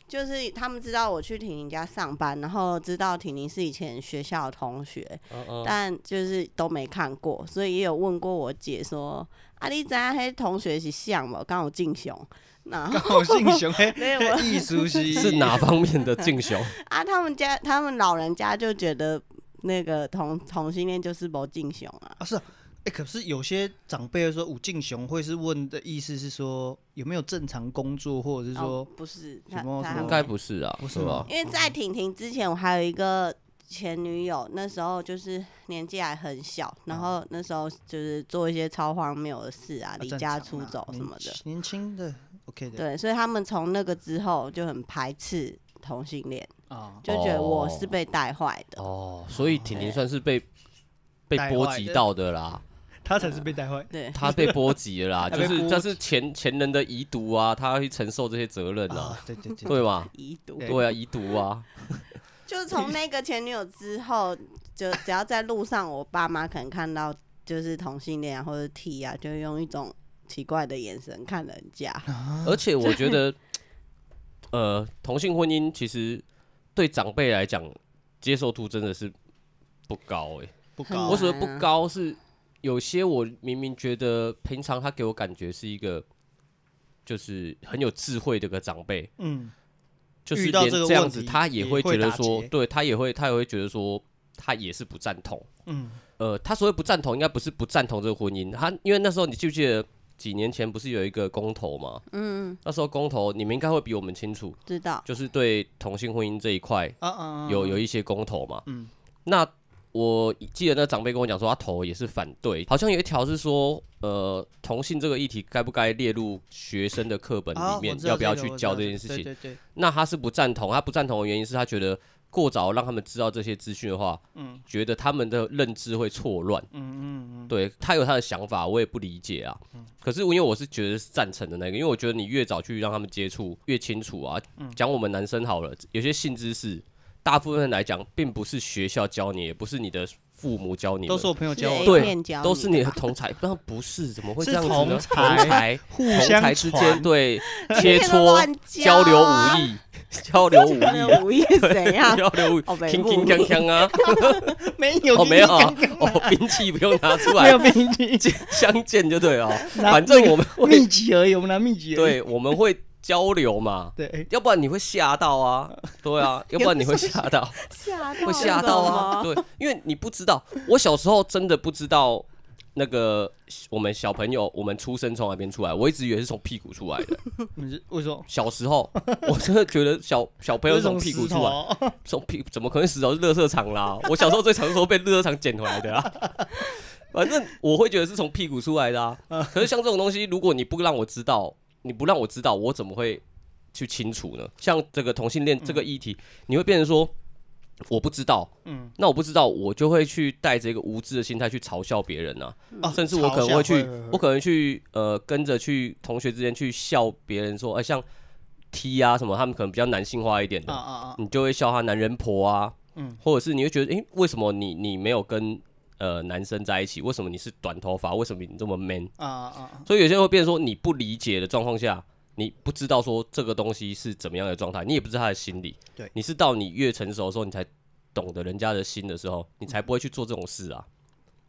Speaker 3: 就是他们知道我去婷婷家上班，然后知道婷婷是以前学校的同学，
Speaker 2: 嗯嗯，
Speaker 3: 但就是都没看过，所以也有问过我姐说：“啊，你知道黑同学是像吗？刚好进熊。” 然后
Speaker 1: 刚好姓熊嘿，
Speaker 3: 没有我
Speaker 1: 艺术系
Speaker 2: 是 哪方面的敬雄？
Speaker 3: 啊，他们家他们老人家就觉得那个同同性恋就是不进熊啊，
Speaker 1: 啊？是啊，哎，可是有些长辈会说武敬雄会是问的意思是说有没有正常工作，或者是
Speaker 3: 然后
Speaker 1: 说
Speaker 3: 哦不是他
Speaker 1: 什么
Speaker 3: 他
Speaker 1: 什么
Speaker 2: 应该不是啊，
Speaker 1: 不是
Speaker 2: 对吧
Speaker 1: 吗？
Speaker 3: 因为在婷婷之前，我还有一个前女友，那时候就是年纪还很小，然后那时候就是做一些超荒谬的事啊，
Speaker 1: 啊
Speaker 3: 离
Speaker 1: 正
Speaker 3: 家
Speaker 1: 常
Speaker 3: 出
Speaker 1: 啊
Speaker 3: 走什
Speaker 1: 年
Speaker 3: 么的。
Speaker 1: 轻年轻的 OK 的
Speaker 3: 对，所以他们从那个之后就很排斥同性恋，
Speaker 1: 啊，
Speaker 3: 就觉得我是被带坏的。
Speaker 2: 哦，所以婷
Speaker 3: 哎
Speaker 2: 婷算是被被
Speaker 1: 带
Speaker 2: 波
Speaker 1: 坏
Speaker 2: 及
Speaker 1: 的
Speaker 2: 到的啦，
Speaker 1: 他才是被带坏。
Speaker 3: 对，啊
Speaker 2: 她被波及了 啦，
Speaker 1: 她
Speaker 2: 就
Speaker 1: 被
Speaker 2: 是
Speaker 1: 波
Speaker 2: 这是前前人的遗毒啊，她要去承受这些责任啊，
Speaker 1: 啊，对对对，
Speaker 2: 对吗？
Speaker 3: 遗毒。
Speaker 1: 对
Speaker 2: 对啊，遗毒啊，
Speaker 3: 就是从那个前女友之后，就只要在路上，我爸妈可能看到就是同性恋啊或者 T 啊，就用一种奇怪的眼神看人家。
Speaker 2: 而且我觉得， 呃，同性婚姻其实对长辈来讲接受度真的是不高哎、
Speaker 1: 不
Speaker 3: 很
Speaker 1: 高
Speaker 2: 我，所谓
Speaker 3: 难啊
Speaker 2: 不高是有些我明明觉得平常他给我感觉是一个就是很有智慧的一个长辈，
Speaker 1: 嗯，
Speaker 2: 就是
Speaker 1: 遇到
Speaker 2: 连
Speaker 1: 这个
Speaker 2: 这样
Speaker 1: 问
Speaker 2: 子
Speaker 1: 题
Speaker 2: 他也
Speaker 1: 也
Speaker 2: 会
Speaker 1: 会
Speaker 2: 觉得
Speaker 1: 打
Speaker 2: 说，
Speaker 1: 结
Speaker 2: 对他也会他也会觉得说他也是不赞同。
Speaker 1: 嗯，
Speaker 2: 呃，他所谓不赞同，应该不是不赞同这个婚姻，他因为那时候你记不记得几年前不是有一个公投嘛？
Speaker 3: 嗯，
Speaker 2: 那时候公投你们应该会比我们清楚，
Speaker 3: 知道。
Speaker 2: 就是对同性婚姻这一块
Speaker 1: 啊啊啊，
Speaker 2: 有有一些公投嘛。
Speaker 1: 嗯
Speaker 2: 那我记得那长辈跟我讲说，他投也是反对，好像有一条是说，呃，同性这个议题该不该列入学生的课本
Speaker 1: 啊
Speaker 2: 里面
Speaker 1: 我，知道
Speaker 2: 要不要
Speaker 1: 个
Speaker 2: 去
Speaker 1: 我知
Speaker 2: 教
Speaker 1: 道
Speaker 2: 这
Speaker 1: 个
Speaker 2: 件事
Speaker 1: 对
Speaker 2: 情？
Speaker 1: 对对，
Speaker 2: 那他是不赞同，他不赞同的原因是他觉得过早让他们知道这些资讯的话，
Speaker 1: 嗯
Speaker 2: 觉得他们的认知会错乱。
Speaker 1: 嗯嗯嗯，嗯
Speaker 2: 对他有他的想法，我也不理解啊。可是因为我是觉得是赞成的那个，因为我觉得你越早去让他们接触，越清楚啊。
Speaker 1: 嗯
Speaker 2: 讲我们男生好了，有些性知识，大部分来讲，并不是学校教你，也不是你的父母教你们，
Speaker 1: 都是我朋友教我
Speaker 3: 是
Speaker 1: 的，
Speaker 2: 对
Speaker 3: A 片教
Speaker 2: 都是
Speaker 3: 你
Speaker 2: 你的同才，不不是怎么会
Speaker 1: 是
Speaker 2: 这样子
Speaker 1: 同
Speaker 2: 呢？
Speaker 1: 才
Speaker 2: 才
Speaker 1: 互
Speaker 2: 同
Speaker 1: 相
Speaker 2: 才之间
Speaker 1: 传
Speaker 2: 对切
Speaker 3: 不能
Speaker 2: 磋
Speaker 3: 乱
Speaker 2: 交流
Speaker 3: 啊
Speaker 2: 武艺，交流武
Speaker 3: 那
Speaker 2: 艺。啊
Speaker 3: 个午夜 怎样？
Speaker 2: 交流武
Speaker 3: 哦北
Speaker 2: 铿
Speaker 3: 部
Speaker 2: 铿锵锵 啊！
Speaker 1: 没有
Speaker 2: 哦，没有啊
Speaker 1: 刚刚，
Speaker 2: 哦，兵器不用拿出
Speaker 1: 没
Speaker 2: 来
Speaker 1: 有，秘籍，
Speaker 2: 相见就对哦。
Speaker 1: 拿
Speaker 2: 反正我们会
Speaker 1: 秘籍而已，我们拿秘籍而已，
Speaker 2: 对，我们会交流嘛，
Speaker 1: 对哎对，
Speaker 2: 要不然你会吓到啊，对啊，要不然你会吓到，
Speaker 3: 吓到
Speaker 2: 会吓到啊，对，因为你不知道，我小时候真的不知道那个我们小朋友我们出生从哪边出来，我一直以为是从屁股出来的，
Speaker 1: 你是为什么？
Speaker 2: 小时候我真的觉得小小朋友是从屁股出来，
Speaker 1: 来，
Speaker 2: 从屁怎么可能死到乐色场 啦？我小时候最常说被乐色场捡回来的 啊。反正我会觉得是从屁股出来的啊。可是像这种东西，如果你不让我知道，你不让我知道，我怎么会去清楚呢？像这个同性恋这个议题，你会变成说我不知道，
Speaker 1: 嗯，
Speaker 2: 那我不知道，我就会去带着一个无知的心态去嘲笑别人啊，
Speaker 1: 哦
Speaker 2: 甚至我可能会去，我
Speaker 1: 可
Speaker 2: 可能去呃跟着去同学之间去笑别人说，哎、像 T 啊什么，他们可能比较男性化一点的
Speaker 1: 啊，啊啊，
Speaker 2: 你就会笑他男人婆啊，
Speaker 1: 嗯
Speaker 2: 或者是你会觉得，诶，为什么你你没有跟呃男生在一起？为什么你是短头发？为什么你这么 man？
Speaker 1: 啊啊啊，
Speaker 2: 所以有些人会变成说，你不理解的状况下，你不知道说这个东西是怎么样的状态，你也不知道他的心理。
Speaker 1: 对
Speaker 2: 你是到你越成熟的时候，你才懂得人家的心的时候，你才不会去做这种事啊，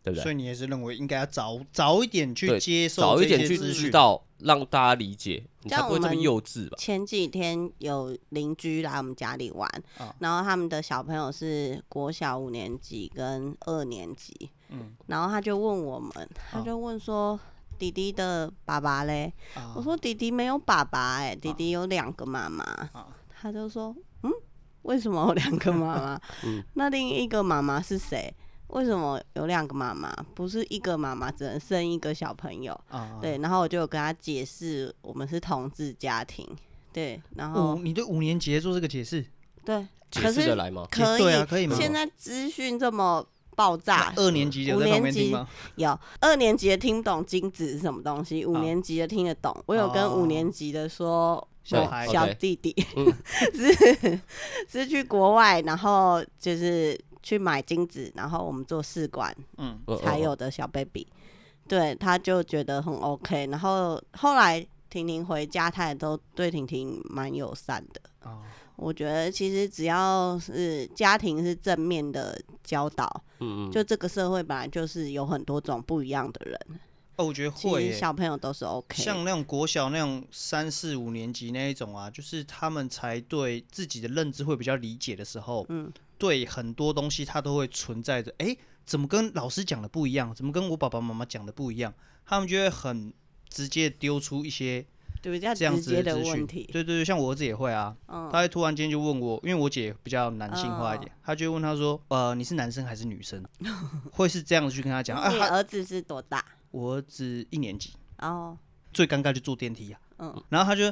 Speaker 2: 对
Speaker 1: 嗯
Speaker 2: 不
Speaker 1: 所
Speaker 2: 对？
Speaker 1: 以你也是认为应该要早早一点去
Speaker 2: 对
Speaker 1: 接受
Speaker 2: 早一
Speaker 1: 这
Speaker 2: 点
Speaker 1: 些
Speaker 2: 去
Speaker 1: 资
Speaker 2: 知
Speaker 1: 讯，
Speaker 2: 道，让大家理解，你
Speaker 3: 这
Speaker 2: 才
Speaker 3: 样
Speaker 2: 不会
Speaker 3: 我
Speaker 2: 这么
Speaker 3: 们
Speaker 2: 幼稚吧？
Speaker 3: 前几天有邻居来我们家里玩，
Speaker 1: 啊
Speaker 3: 然后他们的小朋友是国小五年级跟二年级，
Speaker 1: 嗯
Speaker 3: 然后他就问我们，他就问说。弟弟的爸爸嘞？
Speaker 1: 啊
Speaker 3: 我说弟弟没有爸爸哎、弟弟有两个妈妈。
Speaker 1: 啊
Speaker 3: 他就说：“嗯，为什么有两个妈 妈？
Speaker 2: 嗯
Speaker 3: 那另一个妈妈是谁？为什么有两个妈妈？不是一个妈妈只能生一个小朋友？
Speaker 1: 啊，
Speaker 3: 对。”然后我就有跟他解释，我们是同志家庭。对，然后、
Speaker 1: 五，哦你对五年级做这个解释，
Speaker 3: 对，
Speaker 2: 解
Speaker 3: 可
Speaker 2: 释得
Speaker 3: 是
Speaker 2: 来吗？
Speaker 3: 可以，
Speaker 1: 对啊可以吗
Speaker 3: 现在资讯这么爆炸，
Speaker 1: 二年级的有
Speaker 3: 五
Speaker 1: 在旁
Speaker 3: 年
Speaker 1: 边听
Speaker 3: 级
Speaker 1: 吗？
Speaker 3: 有二年级的听不懂精子是什么东西，五年级的听得懂。我有跟五年级的说，
Speaker 1: 哦小
Speaker 3: 我
Speaker 1: 孩
Speaker 3: 小
Speaker 2: OK
Speaker 3: 弟弟、
Speaker 2: 嗯
Speaker 3: 是是去国外，然后就是去买精子，然后我们做试管
Speaker 1: 嗯，
Speaker 2: 嗯
Speaker 3: 才
Speaker 2: 嗯
Speaker 3: 有的小 baby，、对，他就觉得很 OK。然后后来婷婷回家，他也都对婷婷蛮友善的。
Speaker 1: 啊，
Speaker 3: 我觉得其实只要是家庭是正面的教导，
Speaker 2: 嗯嗯，
Speaker 3: 就这个社会本来就是有很多种不一样的人，
Speaker 1: 哦，我觉得
Speaker 3: 其
Speaker 1: 会
Speaker 3: 实
Speaker 1: 耶，
Speaker 3: 小朋友都是 OK。
Speaker 1: 像那种国小那种三四五年级那一种啊，就是他们才对自己的认知会比较理解的时候，
Speaker 3: 嗯，
Speaker 1: 对很多东西他都会存在着，诶，怎么跟老师讲的不一样？怎么跟我爸爸妈妈讲的不一样？他们就会很直接丢出一些
Speaker 3: 对，比较
Speaker 1: 这样
Speaker 3: 直
Speaker 1: 子
Speaker 3: 接的
Speaker 1: 资讯。对
Speaker 3: 问题，
Speaker 1: 对对，像我儿子也会啊，
Speaker 3: 嗯嗯
Speaker 1: 他，会突然间就问我，因为我姐比较男性化一点，他就会问他说，呃，你是男生还是女生？ 会是这样子去跟他讲啊。
Speaker 3: 你
Speaker 1: 他
Speaker 3: 儿子是多大？
Speaker 1: 我儿子一年级，
Speaker 3: 然后
Speaker 1: 最尴尬就坐电梯啊。
Speaker 3: 嗯
Speaker 1: 然后他就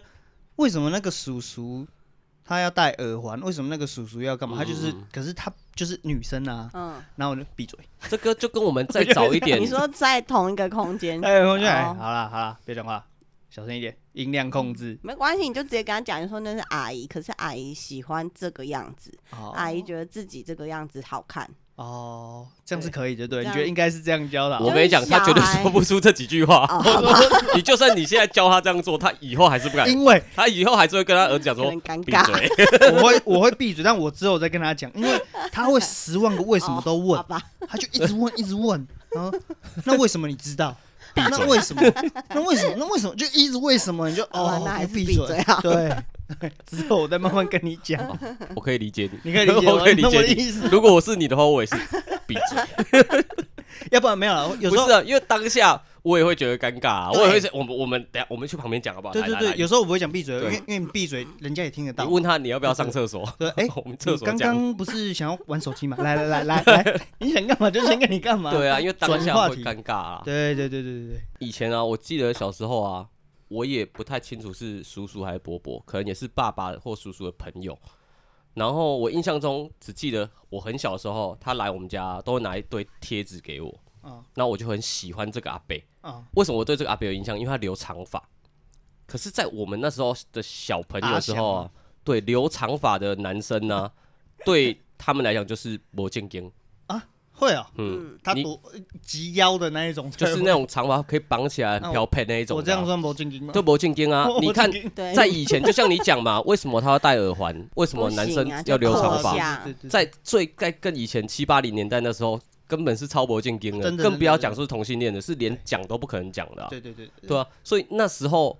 Speaker 1: 为什么那个叔叔他要戴耳环？为什么那个叔叔要干嘛？他就是，可是他就是女生啊。
Speaker 3: 嗯，
Speaker 1: 然后我就闭嘴，
Speaker 2: 这个就跟我们再早一点
Speaker 3: 你，说在同一个空间，
Speaker 1: 哎，同学，
Speaker 3: 哦
Speaker 1: 好啦好啦，别讲话，小声一点，音量控制。
Speaker 3: 没关系，你就直接跟他讲，你说那是阿姨，可是阿姨喜欢这个样子，
Speaker 1: 哦
Speaker 3: 阿姨觉得自己这个样子好看。
Speaker 1: 哦，这样是
Speaker 3: 对
Speaker 1: 可以的，对？
Speaker 3: 这
Speaker 1: 你
Speaker 3: 样
Speaker 1: 觉得应该是这样教的啊？
Speaker 2: 我跟你讲，他绝对
Speaker 3: 就是小孩
Speaker 2: 说不出这几句话。
Speaker 3: 哦
Speaker 2: 我说， 你就算你现在教他这样做，他以后还是不敢，
Speaker 1: 因为
Speaker 2: 他以后还是会跟他儿子讲说
Speaker 3: 可能尴
Speaker 2: 闭
Speaker 3: 尬
Speaker 2: 嘴。
Speaker 1: 我会我会闭嘴，但我之后再跟他讲，因为他会十万个为什么都
Speaker 3: 哦
Speaker 1: 问
Speaker 3: 好，吧，
Speaker 1: 他就一直问，一直问， 然后那为什么你知道？
Speaker 2: 闭
Speaker 1: 那
Speaker 2: 嘴
Speaker 1: 为什么？那为什么？那为什么？就一直为什么？你就
Speaker 3: 好吧
Speaker 1: 哦，
Speaker 3: 那还是
Speaker 1: 闭
Speaker 3: 闭嘴好
Speaker 1: 对， 对之后我再慢慢跟你讲，
Speaker 2: 我可以理解你，
Speaker 1: 你可以理解吗
Speaker 2: 我可以
Speaker 1: 你
Speaker 2: 理
Speaker 1: 懂我
Speaker 2: 解
Speaker 1: 的
Speaker 2: 你。
Speaker 1: 意思。
Speaker 2: 如果我是你的话，我也是闭 嘴。
Speaker 1: 要不然没有了。有
Speaker 2: 不
Speaker 1: 时候
Speaker 2: 是，啊，因为当下我也会觉得尴尬啊，
Speaker 1: 对
Speaker 2: 我也会是，我们我们等下我们去旁边讲好不好？
Speaker 1: 对
Speaker 2: 来
Speaker 1: 对
Speaker 2: 啊来
Speaker 1: 对，
Speaker 2: 来
Speaker 1: 有时候我不会讲闭嘴，因
Speaker 2: 对
Speaker 1: 为因为你闭嘴，人家也听得
Speaker 2: 你
Speaker 1: 到。
Speaker 2: 问他你要不要上厕所？
Speaker 1: 对，哎，
Speaker 2: 我们厕
Speaker 1: 你
Speaker 2: 所
Speaker 1: 刚
Speaker 2: 讲。
Speaker 1: 刚不是想要玩手机吗？来来来来 来，你想干嘛就先跟你干嘛。
Speaker 2: 对啊，因为当
Speaker 1: 转移
Speaker 2: 下
Speaker 1: 话
Speaker 2: 会
Speaker 1: 题
Speaker 2: 尴尬啊。
Speaker 1: 对对对对对对，
Speaker 2: 以前啊，我记得小时候啊，我也不太清楚是叔叔还是伯伯，可能也是爸爸或叔叔的朋友。然后我印象中只记得我很小的时候，他来我们家都会拿一堆贴纸给我，
Speaker 1: 啊
Speaker 2: 那我就很喜欢这个阿伯。
Speaker 1: 啊，
Speaker 2: 为什么我对这个阿伯有印象？因为他留长发。可是，在我们那时候的小朋友的时候
Speaker 1: 阿翔
Speaker 2: 啊，对留长发的男生呢、 对他们来讲就是魔镜经，
Speaker 1: 会啊，
Speaker 2: 嗯，
Speaker 1: 他
Speaker 2: 你
Speaker 1: 多及腰的那一种才
Speaker 2: 就
Speaker 1: 会，
Speaker 2: 是那种长发可以绑起来很飘配那一种、啊。
Speaker 1: 我这样算不正经吗？
Speaker 2: 对魔镜经 啊，
Speaker 1: 我
Speaker 2: 你看
Speaker 1: 我正经
Speaker 3: 对，
Speaker 2: 在以前，就像你讲嘛， 为什么他要戴耳环？为什么男生
Speaker 3: 不行啊
Speaker 2: 要留长
Speaker 3: 就扣一
Speaker 2: 发？
Speaker 3: 下
Speaker 1: 对对对
Speaker 2: 在最在更以前七八零年代那时候，根本是超薄进京的
Speaker 1: 真，的
Speaker 2: 更不要讲是同性恋的，是连讲都不可能讲的啊、
Speaker 1: 对对对
Speaker 2: 对啊，所以那时候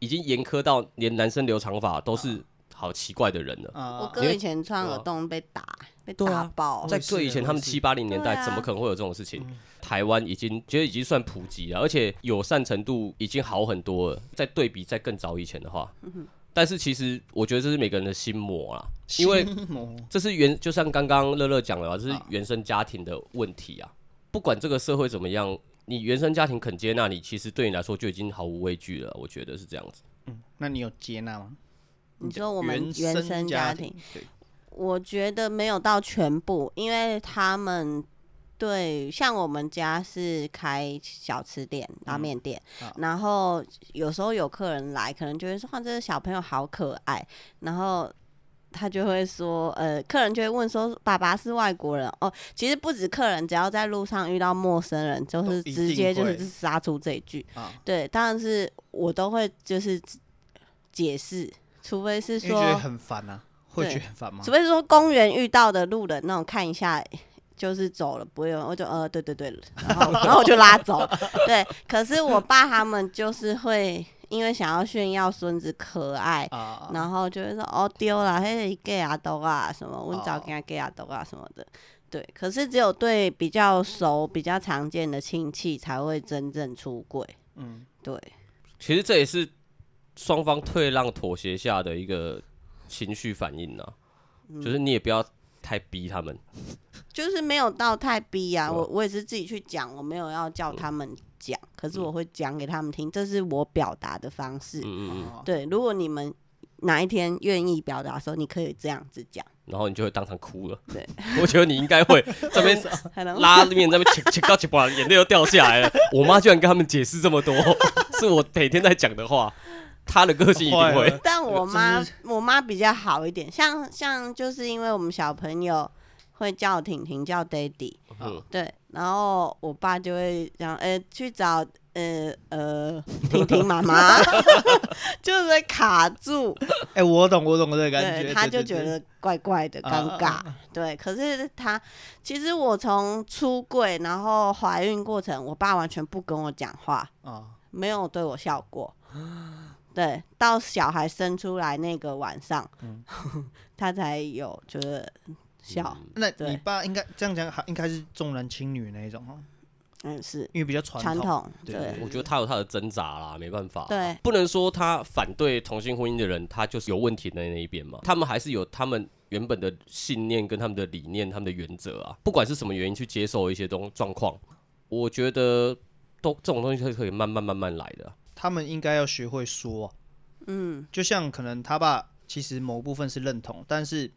Speaker 2: 已经严苛到连男生留长发都是好奇怪的人了。
Speaker 1: 啊，
Speaker 3: 我
Speaker 2: 因
Speaker 3: 哥
Speaker 2: 为
Speaker 3: 以前穿耳洞被打，被
Speaker 2: 对
Speaker 3: 打
Speaker 2: 啊
Speaker 3: 爆。
Speaker 2: 在
Speaker 1: 也哦是
Speaker 2: 最以前，
Speaker 1: 我
Speaker 2: 他们
Speaker 1: 也是嗯
Speaker 2: 七八零年代
Speaker 3: 对啊
Speaker 2: 怎么可能会有这种事情？台湾已经觉得已经算普及了，而且友善程度已经好很多了。在对比在更早以前的话，
Speaker 3: 嗯
Speaker 2: 但是其实我觉得这是每个人的心魔啦，因为
Speaker 1: 心
Speaker 3: 哦
Speaker 1: 魔
Speaker 2: 这是原就像刚刚乐乐讲的嘛，这是
Speaker 1: 啊
Speaker 2: 原生家庭的问题啊。不管这个社会怎么样，你原生家庭肯接纳你，其实对你来说就已经毫无畏惧了。我觉得是这样子。
Speaker 1: 那你有接纳吗？
Speaker 3: 你说我们
Speaker 1: 原
Speaker 3: 原生
Speaker 1: 家
Speaker 3: 家庭，，
Speaker 1: 对，
Speaker 3: 我觉得没有到全部，因为他们对像我们家是开小吃店、拉面店，
Speaker 1: 啊
Speaker 3: 然后有时候有客人来，可能就会说：“哇，这个小朋友好可爱。”然后。他就会说，呃，客人就会问说，爸爸是外国人哦。其实不止客人，只要在路上遇到陌生人，就
Speaker 1: 都
Speaker 3: 是
Speaker 1: 一定
Speaker 3: 直接就
Speaker 1: 会
Speaker 3: 是杀出这一句。
Speaker 1: 啊
Speaker 3: 对，当然是我都会就是解释，除非是
Speaker 1: 因为觉得
Speaker 3: 说，
Speaker 1: 很烦呐、会
Speaker 3: 对
Speaker 1: 觉得很烦吗
Speaker 3: 除？非是说公园遇到的路人那种看一下。就是走了，不会有，我就呃，对对对， 然后然后我就拉走。对，可是我爸他们就是会因为想要炫耀孙子可爱，
Speaker 1: 啊，
Speaker 3: 然后就会说哦丢啦，嘿给阿豆啊什么，温找
Speaker 1: 哦
Speaker 3: 给他给阿豆啊什么的。对，可是只有对比较熟、比较常见的亲戚才会真正出柜。
Speaker 1: 嗯，
Speaker 3: 对，
Speaker 2: 其实这也是双方退让妥协下的一个情绪反应呐、就是你也不要太逼他们。
Speaker 3: 就是没有到太逼啊，
Speaker 2: 对啊
Speaker 3: 我我也是自己去讲，我没有要叫他们讲，可是我会讲给他们听，这是我表达的方式。
Speaker 2: 嗯嗯嗯，
Speaker 1: 哦
Speaker 3: 对，如果你们哪一天愿意表达的时候，你可以这样子讲，
Speaker 2: 然后你就会当场哭了。
Speaker 3: 对，
Speaker 2: 我觉得你应该会这边
Speaker 3: 可能
Speaker 2: 拉面那边切切到切把眼泪都掉下来了。我妈居然跟他们解释这么多， 是我每天在讲的话，她的个性一定
Speaker 1: 坏
Speaker 2: 会
Speaker 1: 了。
Speaker 3: 但我
Speaker 1: 这
Speaker 3: 妈
Speaker 1: 是
Speaker 3: 我妈比较好一点，像像就是因为我们小朋友会叫婷婷叫 daddy，
Speaker 2: 嗯，
Speaker 3: 对，然后我爸就会讲，哎、去找呃呃婷婷妈妈， 就是会卡住，
Speaker 1: 哎、我懂，我懂这个感
Speaker 3: 对，
Speaker 1: 觉。
Speaker 3: 他
Speaker 1: 对
Speaker 3: 就觉，得怪怪的、
Speaker 1: 啊
Speaker 3: 尴
Speaker 1: 啊
Speaker 3: 尬
Speaker 1: 啊，
Speaker 3: 对。可是他其实我从出柜然后怀孕过程，我爸完全不跟我讲话，
Speaker 1: 对啊，
Speaker 3: 没有对我笑 过。对，到小孩生出来那个晚上，
Speaker 1: 嗯
Speaker 3: 他才有就是笑。
Speaker 1: 那
Speaker 3: 对
Speaker 1: 你爸应该这样讲，还应该是重男轻女那一种哦，
Speaker 3: 嗯，是
Speaker 1: 因为比较传
Speaker 3: 传
Speaker 1: 统。
Speaker 3: 统，
Speaker 1: 对
Speaker 3: 对
Speaker 2: 我觉得她有她的挣扎啦，没办法。
Speaker 3: 对
Speaker 2: 不能说她反对同性婚姻的人，她就是有问题的那一边嘛。他们还是有他们原本的信念、跟他们的理念、他们的原则啊，不管是什么原因去接受一些东状况，我觉得都这种东西是可以慢慢慢慢来的啊。
Speaker 1: 他们应该要学会说、
Speaker 3: 嗯，
Speaker 1: 就像可能他爸其实某部分是认同，但是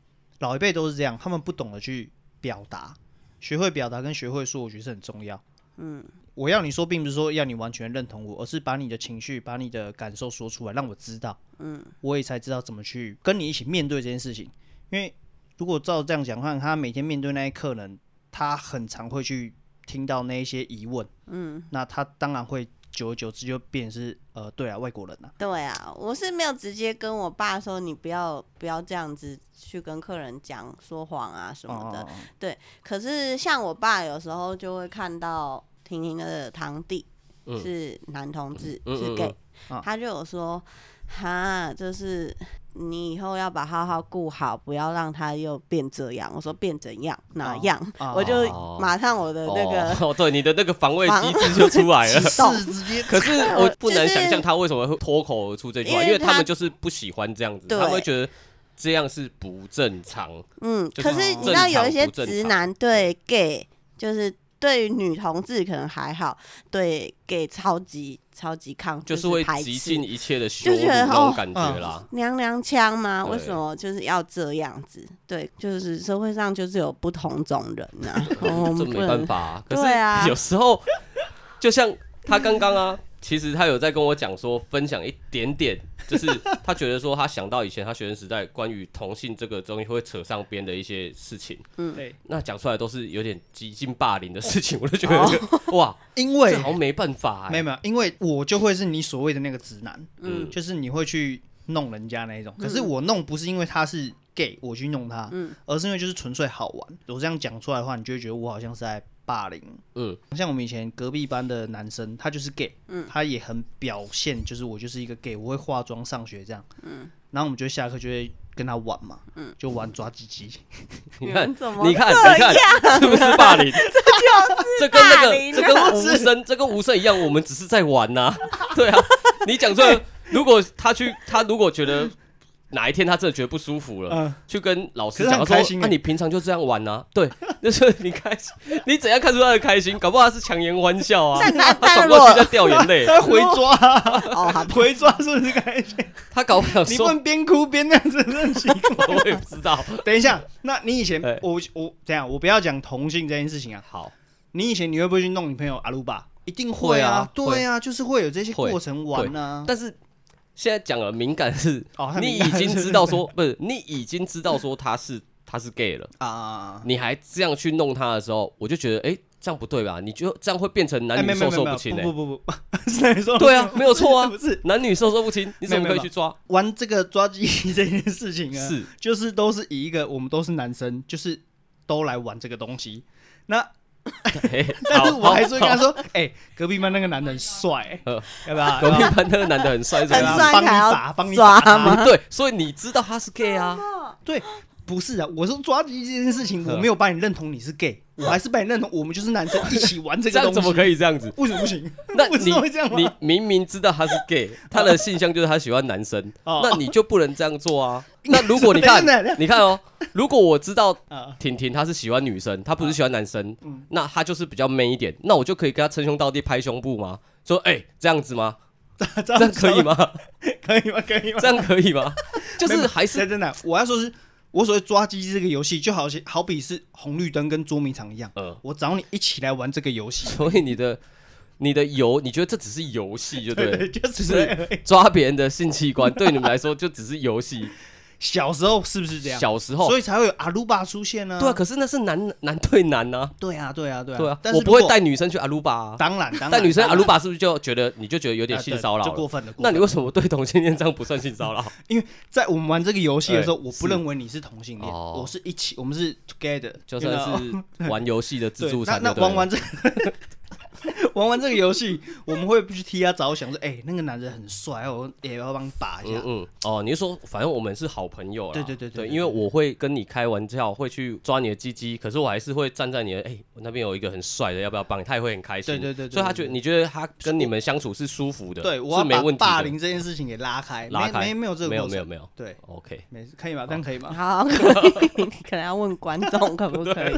Speaker 1: 老一辈都是这样，他们不懂得去表达，学会表达跟学会说，我觉得是很重要。
Speaker 3: 嗯，
Speaker 1: 我要你说，并不是说要你完全认同我，而是把你的情绪、把你的感受说出来，让我知道，
Speaker 3: 嗯，
Speaker 1: 我也才知道怎么去跟你一起面对这件事情。因为如果照这样讲的话，他每天面对那些客人，他很常会去听到那一些疑问，嗯，那他当然会久而久之就变成是呃，对啊，外国人啊。
Speaker 3: 对啊，我是没有直接跟我爸说你不要不要这样子去跟客人讲说谎啊什么的。
Speaker 1: 哦
Speaker 3: 可是像我爸有时候就会看到婷婷的堂弟
Speaker 2: 嗯
Speaker 3: 是男同志，
Speaker 2: 嗯
Speaker 3: 是
Speaker 2: 嗯
Speaker 3: gay，、
Speaker 1: 嗯啊
Speaker 3: 他就有说，哈，就是你以后要把浩浩顾好，不不要让他又变这样。我说变怎样哪
Speaker 1: 哦
Speaker 3: 样，
Speaker 1: 哦
Speaker 3: 我就
Speaker 2: 哦
Speaker 3: 马上我的呃那个、
Speaker 2: 哦， 对，你的那个防卫
Speaker 3: 防
Speaker 2: 机制就出来 了。
Speaker 3: 动
Speaker 1: 是直接
Speaker 2: 可 是我不
Speaker 3: 就
Speaker 2: 能
Speaker 3: 是
Speaker 2: 想象他为什么会脱口而出这句话，
Speaker 3: 因
Speaker 2: 因
Speaker 3: 为
Speaker 2: 为他
Speaker 3: 他
Speaker 2: 们就是不喜欢这样子，
Speaker 3: 对
Speaker 2: 他们会觉得这样是不正常。
Speaker 3: 嗯，
Speaker 2: 就
Speaker 3: 可
Speaker 2: 是
Speaker 3: 是
Speaker 1: 哦
Speaker 3: 你知道有一些
Speaker 2: 正常不正
Speaker 3: 直
Speaker 2: 常嗯
Speaker 3: 男对 gay 就是。对于女同志可能还好，对 gay 超级超级抗拒，
Speaker 2: 就是会
Speaker 3: 排
Speaker 2: 极
Speaker 3: 斥
Speaker 2: 尽一切的羞
Speaker 3: 就
Speaker 2: 辱
Speaker 3: 觉得
Speaker 2: 那种
Speaker 3: 哦
Speaker 2: 感觉啦。
Speaker 3: 娘娘腔吗？
Speaker 2: 对
Speaker 3: 为什么就是要这样子？对，就是社会上就是有不同种人呐、 啊，哦我
Speaker 2: 这
Speaker 3: 们
Speaker 2: 没
Speaker 3: 不
Speaker 2: 办
Speaker 3: 能
Speaker 2: 法、啊。可
Speaker 3: 对啊
Speaker 2: 是有时候，就像他刚刚啊，其实他有在跟我讲说，分享一点点，就是他觉得说他想到以前他学生时代关于同性这个东西会扯上边的一些事情，
Speaker 1: 对，
Speaker 2: 那讲出来都是有点极尽霸凌的事情，我就觉得这个、哇，
Speaker 1: 因为
Speaker 2: 这好像没办法、
Speaker 1: 没有
Speaker 2: 欸。
Speaker 1: 没有，因为我就会是你所谓的那个直男，
Speaker 3: 嗯
Speaker 1: 就是你会去弄人家那一种。可是
Speaker 3: 嗯
Speaker 1: 我弄不是因为他是 gay 我去弄他，
Speaker 3: 嗯
Speaker 1: 而是因为就是纯粹好玩。我这样讲出来的话，你就会觉得我好像是在霸凌。
Speaker 2: 嗯，
Speaker 1: 像我们以前隔壁班的男生，他就是 gay，
Speaker 3: 嗯
Speaker 1: 他也很表现，就是我就是一个 gay，我会化妆上学这样，嗯，然后我们就下课就会跟他玩嘛，嗯，就玩抓鸡鸡，
Speaker 2: 你看，
Speaker 3: 嗯怎么
Speaker 2: 你看，
Speaker 3: 这
Speaker 2: 你看， 是不是霸 凌？这跟那
Speaker 3: 霸
Speaker 2: 个，
Speaker 3: 凌啊
Speaker 2: 这跟无声，这跟无声一样，我们只是在玩呐、 对啊，你讲 出来，如果他去，他如果觉得哪一天他真的觉得不舒服了，
Speaker 1: 嗯，
Speaker 2: 去跟老师
Speaker 1: 可是他
Speaker 2: 讲，
Speaker 1: 很
Speaker 2: 他
Speaker 1: 开
Speaker 2: 说：“
Speaker 1: 心
Speaker 2: 那、
Speaker 1: 欸
Speaker 2: 你平常就这样玩呐、对， 就是你开心，你怎样看出他的开心？搞不好他是强颜欢笑啊，
Speaker 3: 但那
Speaker 2: 他
Speaker 3: 但
Speaker 2: 转
Speaker 3: 如
Speaker 2: 过去
Speaker 3: 果
Speaker 2: 在掉眼 泪，
Speaker 1: 他回抓啊、
Speaker 3: 哦 好吧，
Speaker 1: 回抓是不是开心？
Speaker 2: 他搞不好
Speaker 1: 你
Speaker 2: 说
Speaker 1: 不，能边哭边那样子，真的奇怪。
Speaker 2: 我也不知道。
Speaker 1: 等一下，那你以前
Speaker 2: 哎
Speaker 1: 我我怎样？我不要讲同性这件事情啊。
Speaker 2: 好，
Speaker 1: 你以前你会不会去弄你朋友阿鲁巴？ 一定
Speaker 2: 会啊
Speaker 1: 对啊，就是会有这些
Speaker 2: 会
Speaker 1: 过程玩啊。
Speaker 2: 但是现在讲了敏感是，
Speaker 1: 哦，
Speaker 2: 你已经知道说不是，你已经知道说他是他是 gay 了。”
Speaker 1: 啊，
Speaker 2: 你还这样去弄他的时候，我就觉得，哎、这样不对吧？你就这样会变成男
Speaker 1: 哎没
Speaker 2: 女
Speaker 1: 有没
Speaker 2: 授
Speaker 1: 有没
Speaker 2: 受
Speaker 1: 有
Speaker 2: 不亲哎、
Speaker 1: 不不不不，是男女授受
Speaker 2: 对啊
Speaker 1: 不亲
Speaker 2: 没有错啊
Speaker 1: 不是
Speaker 2: 男女授受不亲，你怎么可以去抓？
Speaker 1: 玩这个抓鸡这件事情啊，
Speaker 2: 是
Speaker 1: 就是都是以一个我们都是男生，就是都来玩这个东西。那
Speaker 2: 嘿
Speaker 1: 但是
Speaker 2: 好
Speaker 1: 我还是会跟他
Speaker 2: 好
Speaker 1: 说，哎、隔壁班那个男的很帅、
Speaker 2: 呃
Speaker 1: 要不要？
Speaker 2: 隔壁
Speaker 1: 要
Speaker 2: 班那个男的很帅，
Speaker 1: 不
Speaker 2: 这
Speaker 1: 要
Speaker 2: 样
Speaker 3: 很
Speaker 1: 啊
Speaker 3: 帅
Speaker 1: 帮你
Speaker 3: 还要
Speaker 1: 打，帮你
Speaker 3: 抓
Speaker 1: 打
Speaker 3: 吗
Speaker 1: 他。
Speaker 2: 对，所以你知道他是 gay 啊？
Speaker 1: 对，不是啊，我说抓鸡这件事情，我没有把你认同你是 gay，我还是把你认同我们就是男生一起玩这
Speaker 2: 这
Speaker 1: 个
Speaker 2: 样
Speaker 1: 东
Speaker 2: 怎么
Speaker 1: 西。
Speaker 2: 可以这样子？
Speaker 1: 为什么不行？
Speaker 2: 那
Speaker 1: 为什
Speaker 2: 你
Speaker 1: 么会这样吗
Speaker 2: 你明明知道他是 gay，他 的性向就是他喜欢男生，
Speaker 1: 哦
Speaker 2: 那你就不能这样 做啊？那如果你看
Speaker 1: 真的，
Speaker 2: 你看哦，如果我知道
Speaker 1: 啊，
Speaker 2: 婷婷她是喜欢女生，她不是喜欢男生，
Speaker 1: 嗯
Speaker 2: 那她就是比较 man 一点，那我就可以跟她称兄道弟拍胸部吗？说哎、这样 子吗？
Speaker 1: 这
Speaker 2: 这样可以？吗？
Speaker 1: 可以吗？可以吗？
Speaker 2: 这样可以 吗？就是还是
Speaker 1: 真真的，我要说是，我所谓抓鸡这个游戏，就好像好比是红绿灯跟捉迷藏一样，
Speaker 2: 呃，
Speaker 1: 我找你一起来玩这个游戏。
Speaker 2: 所以你的你的游，你觉得这只是游戏，就对了。
Speaker 1: 对， 就
Speaker 2: 就是是抓别人的性器官，对你们来说就只是游戏。
Speaker 1: 小时候是不 是这样？
Speaker 2: 小时候
Speaker 1: 所，以才会有阿鲁巴出现呢、
Speaker 2: 对啊，可是那是男男对男呐，
Speaker 1: 对啊，对啊，对啊，
Speaker 2: 对啊
Speaker 1: 但，是
Speaker 2: 我
Speaker 1: 如
Speaker 2: 不会
Speaker 1: 果
Speaker 2: 带，女生去阿鲁巴啊，
Speaker 1: 当然，当然，
Speaker 2: 带女生
Speaker 1: 当
Speaker 2: 阿
Speaker 1: 然
Speaker 2: 鲁巴是不是就觉得你就觉得有点
Speaker 1: 啊
Speaker 2: 性
Speaker 1: 对
Speaker 2: 骚扰
Speaker 1: 就过
Speaker 2: 了？
Speaker 1: 分了。过
Speaker 2: 那你
Speaker 1: 分了
Speaker 2: 为什么对同性恋这样不算性骚 扰？
Speaker 1: 因为在我们玩这个游戏的时候，我不
Speaker 2: 是
Speaker 1: 认为你是同性恋，
Speaker 2: 哦
Speaker 1: 我是一起，我们是 together，
Speaker 2: 就
Speaker 1: you
Speaker 2: 算
Speaker 1: know？
Speaker 2: 是玩游戏的
Speaker 1: 啊
Speaker 2: 自
Speaker 1: 对
Speaker 2: 助
Speaker 1: 那
Speaker 2: 餐
Speaker 1: 那
Speaker 2: 就对了，
Speaker 1: 玩完这个玩完这个 游戏，我们会不去替他着想，说，哎、那个男人很帅，我也要帮你打一下
Speaker 2: 嗯。嗯哦，你是说反正我们是好朋友啦，
Speaker 1: 对对对对
Speaker 2: 对，
Speaker 1: 对
Speaker 2: 因为我会跟你开玩笑，会去抓你的鸡鸡，可是我还是会站在你的，哎，我那边有一个很帅的，要不要帮你？他也会很开心，
Speaker 1: 对对对对
Speaker 2: 所以他
Speaker 1: 对
Speaker 2: 觉得
Speaker 1: 对
Speaker 2: 你觉得他跟你们相处是舒服的，
Speaker 1: 对，我
Speaker 2: 呃
Speaker 1: 要
Speaker 2: 是没
Speaker 1: 把
Speaker 2: 问题的
Speaker 1: 霸凌这件事情给拉开，
Speaker 2: 拉开
Speaker 1: 没没没有这个
Speaker 2: 没有
Speaker 1: 过
Speaker 2: 没有哦
Speaker 1: 程
Speaker 2: 没有
Speaker 1: 对，
Speaker 2: ，OK，
Speaker 1: 没事可以吗？这样可以吗？
Speaker 3: 好，可以，可能要问观众可不可以？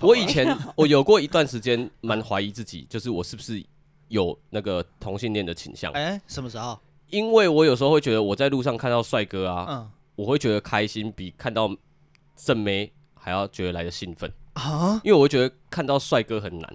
Speaker 2: 我以 前我有过一段时间蛮怀疑自己，就是我是不是有那个同性恋的倾向，
Speaker 1: 哎、什么时候？
Speaker 2: 因为我有时候会觉得我在路上看到帅哥啊，
Speaker 1: 嗯
Speaker 2: 我会觉得开心比看到正妹还要觉得来的兴奋，
Speaker 1: 啊，
Speaker 2: 因为我会觉得看到帅哥很难。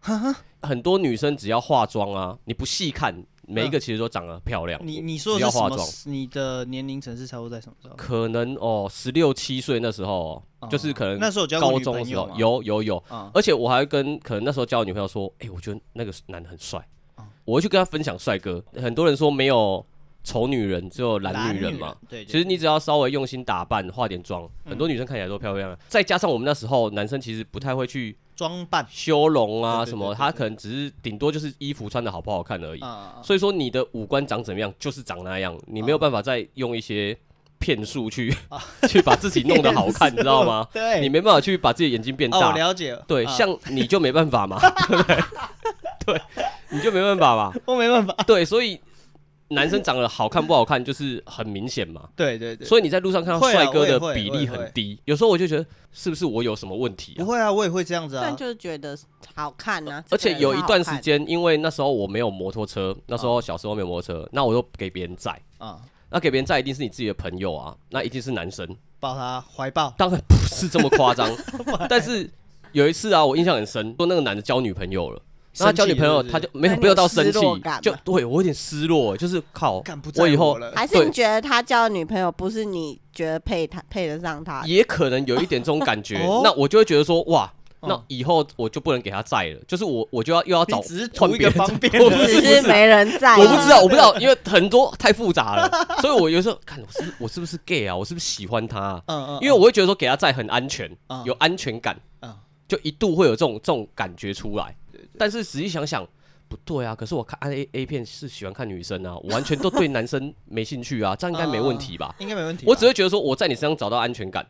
Speaker 1: 哈哈
Speaker 2: 很多女生只要化妆啊，你不细看，每一个其实都长得漂亮。
Speaker 1: 嗯你你说
Speaker 2: 只
Speaker 1: 的
Speaker 2: 要
Speaker 1: 是什
Speaker 2: 化
Speaker 1: 么
Speaker 2: 妆，？
Speaker 1: 你的年龄层是差不多在什么时候？
Speaker 2: 可能哦，十六七岁那时候、
Speaker 1: 哦
Speaker 2: 就是可能
Speaker 1: 那时候有交过
Speaker 2: 高
Speaker 1: 女
Speaker 2: 中的
Speaker 1: 朋
Speaker 2: 时
Speaker 1: 友
Speaker 2: 候
Speaker 1: 吗，
Speaker 2: 有有有，
Speaker 1: 啊，
Speaker 2: 而且我还跟可能那时候交的女朋友说，哎、我觉得那个男的很帅，
Speaker 1: 嗯
Speaker 2: 我会去跟他分享帅哥。很多人说没有丑女人，只有懒
Speaker 1: 懒
Speaker 2: 女人嘛。，
Speaker 1: 对，对嗯
Speaker 2: 其实你只要稍微用心打扮，化点妆，很多女生看起来都漂亮。啊再加上我们那时候男生其实不太会去
Speaker 1: 装扮
Speaker 2: 修容啊
Speaker 1: 对对对
Speaker 2: 什么，
Speaker 1: 对对
Speaker 2: 他可能只是顶多就是衣服穿的好不好看而已。
Speaker 1: 啊，
Speaker 2: 所以说你的五官长怎么样，就是长那样，你没有办法再用一些骗术去、
Speaker 1: 啊
Speaker 2: 去把自己弄得好看，你知道 吗？
Speaker 1: 对，
Speaker 2: 你没办法去把自己的眼睛变
Speaker 1: 哎哦，我
Speaker 2: 大，
Speaker 1: 了解了，
Speaker 2: 对，
Speaker 1: 啊
Speaker 2: 像你就没办 法嘛，对不对？对，你就没办法嘛，
Speaker 1: 我没办 法，
Speaker 2: 对，所以男生长得好看不好看就是很明显嘛。
Speaker 1: 对对对，
Speaker 2: 所以你在路上看到
Speaker 1: 会啊
Speaker 2: 帅哥
Speaker 1: 我
Speaker 2: 的
Speaker 1: 也会
Speaker 2: 比
Speaker 1: 我
Speaker 2: 例
Speaker 1: 也会
Speaker 2: 很低，有时候我就觉得是不是我有什么问题
Speaker 1: 不
Speaker 2: 啊？
Speaker 1: 会啊，我也会这样子啊
Speaker 3: 但，就是觉得好看啊呐、
Speaker 2: 而且有一段时间，因为那时候我没有摩托车，那时候小时候没有摩托车，那我都给别人载。
Speaker 1: 啊，
Speaker 2: 那给别人载一定是你自己的朋友啊，那一定是男生，
Speaker 1: 抱他怀抱，
Speaker 2: 当然不是这么夸 张。但是有一次啊，我印象很深，说那个男的交女朋友了，那他交女朋友
Speaker 1: 生气
Speaker 2: 他
Speaker 1: 了
Speaker 2: 就没有
Speaker 3: 那你有
Speaker 2: 没有到生
Speaker 3: 失
Speaker 2: 气
Speaker 3: 落感吗，
Speaker 2: 就对我有点失落，就是靠
Speaker 1: 干不在
Speaker 2: 我以后
Speaker 1: 我了
Speaker 3: 还是你觉得他交的女朋友不是你觉得配他配得上他的？
Speaker 2: 也可能有一点这种感觉
Speaker 1: 哦，
Speaker 2: 那我就会觉得说哇。
Speaker 1: 嗯
Speaker 2: 那以后我就不能给他载了，就是我我就要又要找
Speaker 1: 你只是
Speaker 2: 换
Speaker 1: 图一
Speaker 2: 别
Speaker 1: 个
Speaker 2: 人载，
Speaker 1: 方便
Speaker 2: 我
Speaker 1: 的
Speaker 2: 不是
Speaker 3: 只
Speaker 2: 不是
Speaker 3: 是没人在、啊
Speaker 2: 我不知道，我不知道，因为很多太复杂了，所以我有时候看我是我是不是 gay 啊，我是不是喜欢他啊、
Speaker 1: 嗯嗯，
Speaker 2: 因为我会觉得说给他在很安全，
Speaker 1: 嗯
Speaker 2: 有安全感，
Speaker 1: 嗯
Speaker 2: 就一度会有这种这种感觉出来。但是仔细想想，不对啊，可是我看 A A 片是喜欢看女生啊，我完全都对男生没兴趣啊，这样应该没问题吧？
Speaker 1: 应该没问题吧，
Speaker 2: 我只会觉得说我在你身上找到安全感，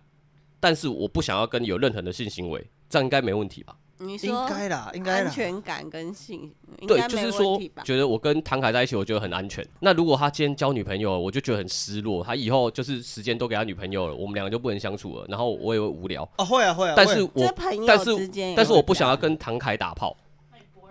Speaker 2: 但是我不想要跟你有任何的性行为，这样应该没问题吧？
Speaker 3: 你说
Speaker 1: 应该啦，应该
Speaker 3: 安
Speaker 1: 啦，
Speaker 3: 全感跟性，应
Speaker 2: 对
Speaker 3: 该，
Speaker 2: 就
Speaker 3: 没
Speaker 2: 是
Speaker 3: 问
Speaker 2: 说
Speaker 3: 题吧？
Speaker 2: 觉得我跟唐凯在一起，我觉得很安全。那如果他今天交女朋友，我就觉得很失落。他以后就是时间都给他女朋友了，我们两个就不能相处了，然后我也会无聊。
Speaker 1: 哦，会啊会啊，
Speaker 2: 但
Speaker 1: 会
Speaker 2: 是
Speaker 1: 啊
Speaker 3: 这
Speaker 2: 我，
Speaker 3: 朋友
Speaker 2: 但是
Speaker 3: 之间也会这样，
Speaker 2: 但是我不想要跟唐凯打炮，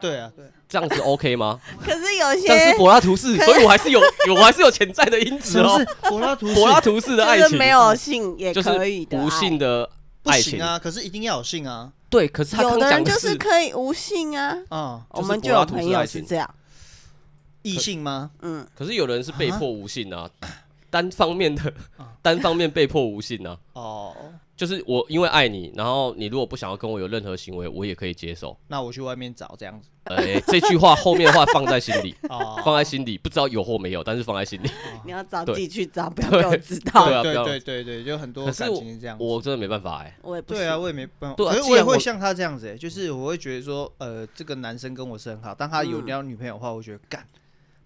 Speaker 1: 对啊对，
Speaker 2: 这样子 OK 吗？
Speaker 3: 可是有
Speaker 2: 这样
Speaker 3: 些
Speaker 2: 是柏拉图式，所以我还 是有，有我还是有潜在的因子
Speaker 1: 什么
Speaker 2: 哦
Speaker 1: 是。柏拉图式？
Speaker 2: 柏拉图式的爱
Speaker 3: 就是
Speaker 2: 情
Speaker 3: 没有性也
Speaker 2: 就是
Speaker 3: 可以的爱，
Speaker 2: 无性的
Speaker 1: 不
Speaker 2: 爱
Speaker 1: 行
Speaker 2: 情，
Speaker 1: 啊，可是一定要有性啊，
Speaker 2: 对。可是他
Speaker 3: 有
Speaker 2: 刚
Speaker 3: 的
Speaker 2: 讲
Speaker 3: 人
Speaker 2: 的
Speaker 3: 就是
Speaker 2: 是
Speaker 3: 可以无性啊。
Speaker 1: 啊，
Speaker 3: 我们
Speaker 2: 就柏拉
Speaker 3: 就是有
Speaker 2: 图式
Speaker 3: 朋
Speaker 2: 爱
Speaker 3: 友
Speaker 2: 情
Speaker 3: 是这样，
Speaker 1: 异性吗？
Speaker 3: 嗯，
Speaker 2: 可是有人是啊被迫无性啊，单方面的
Speaker 1: 啊，
Speaker 2: 单方面被迫无性啊。
Speaker 1: 哦，
Speaker 2: 就是我因为爱你，然后你如果不想要跟我有任何行为，我也可以接受。
Speaker 1: 那我去外面找这样子
Speaker 2: 哎、这句话后面的话放在心里，
Speaker 1: 哦，
Speaker 2: 放在心里，不知道有或没有，但是放在心里。
Speaker 3: 你要早
Speaker 2: 对
Speaker 3: 自己去找，不要给我知道
Speaker 2: 对。啊
Speaker 1: 对
Speaker 2: 不要
Speaker 1: 对对对，就很多
Speaker 2: 可
Speaker 1: 感
Speaker 2: 是我
Speaker 1: 情是这样子。
Speaker 2: 我真的没办法哎、
Speaker 3: 我也不
Speaker 1: 对
Speaker 3: 行
Speaker 1: 啊，我也没办法。
Speaker 2: 对啊
Speaker 1: 可是
Speaker 2: 既
Speaker 1: 我也
Speaker 2: 然
Speaker 1: 会
Speaker 2: 我
Speaker 1: 像他这样子、欸，就是我会觉得说，呃，这个男生跟我是很好，当他有
Speaker 3: 嗯
Speaker 1: 撩女朋友的话，我觉得干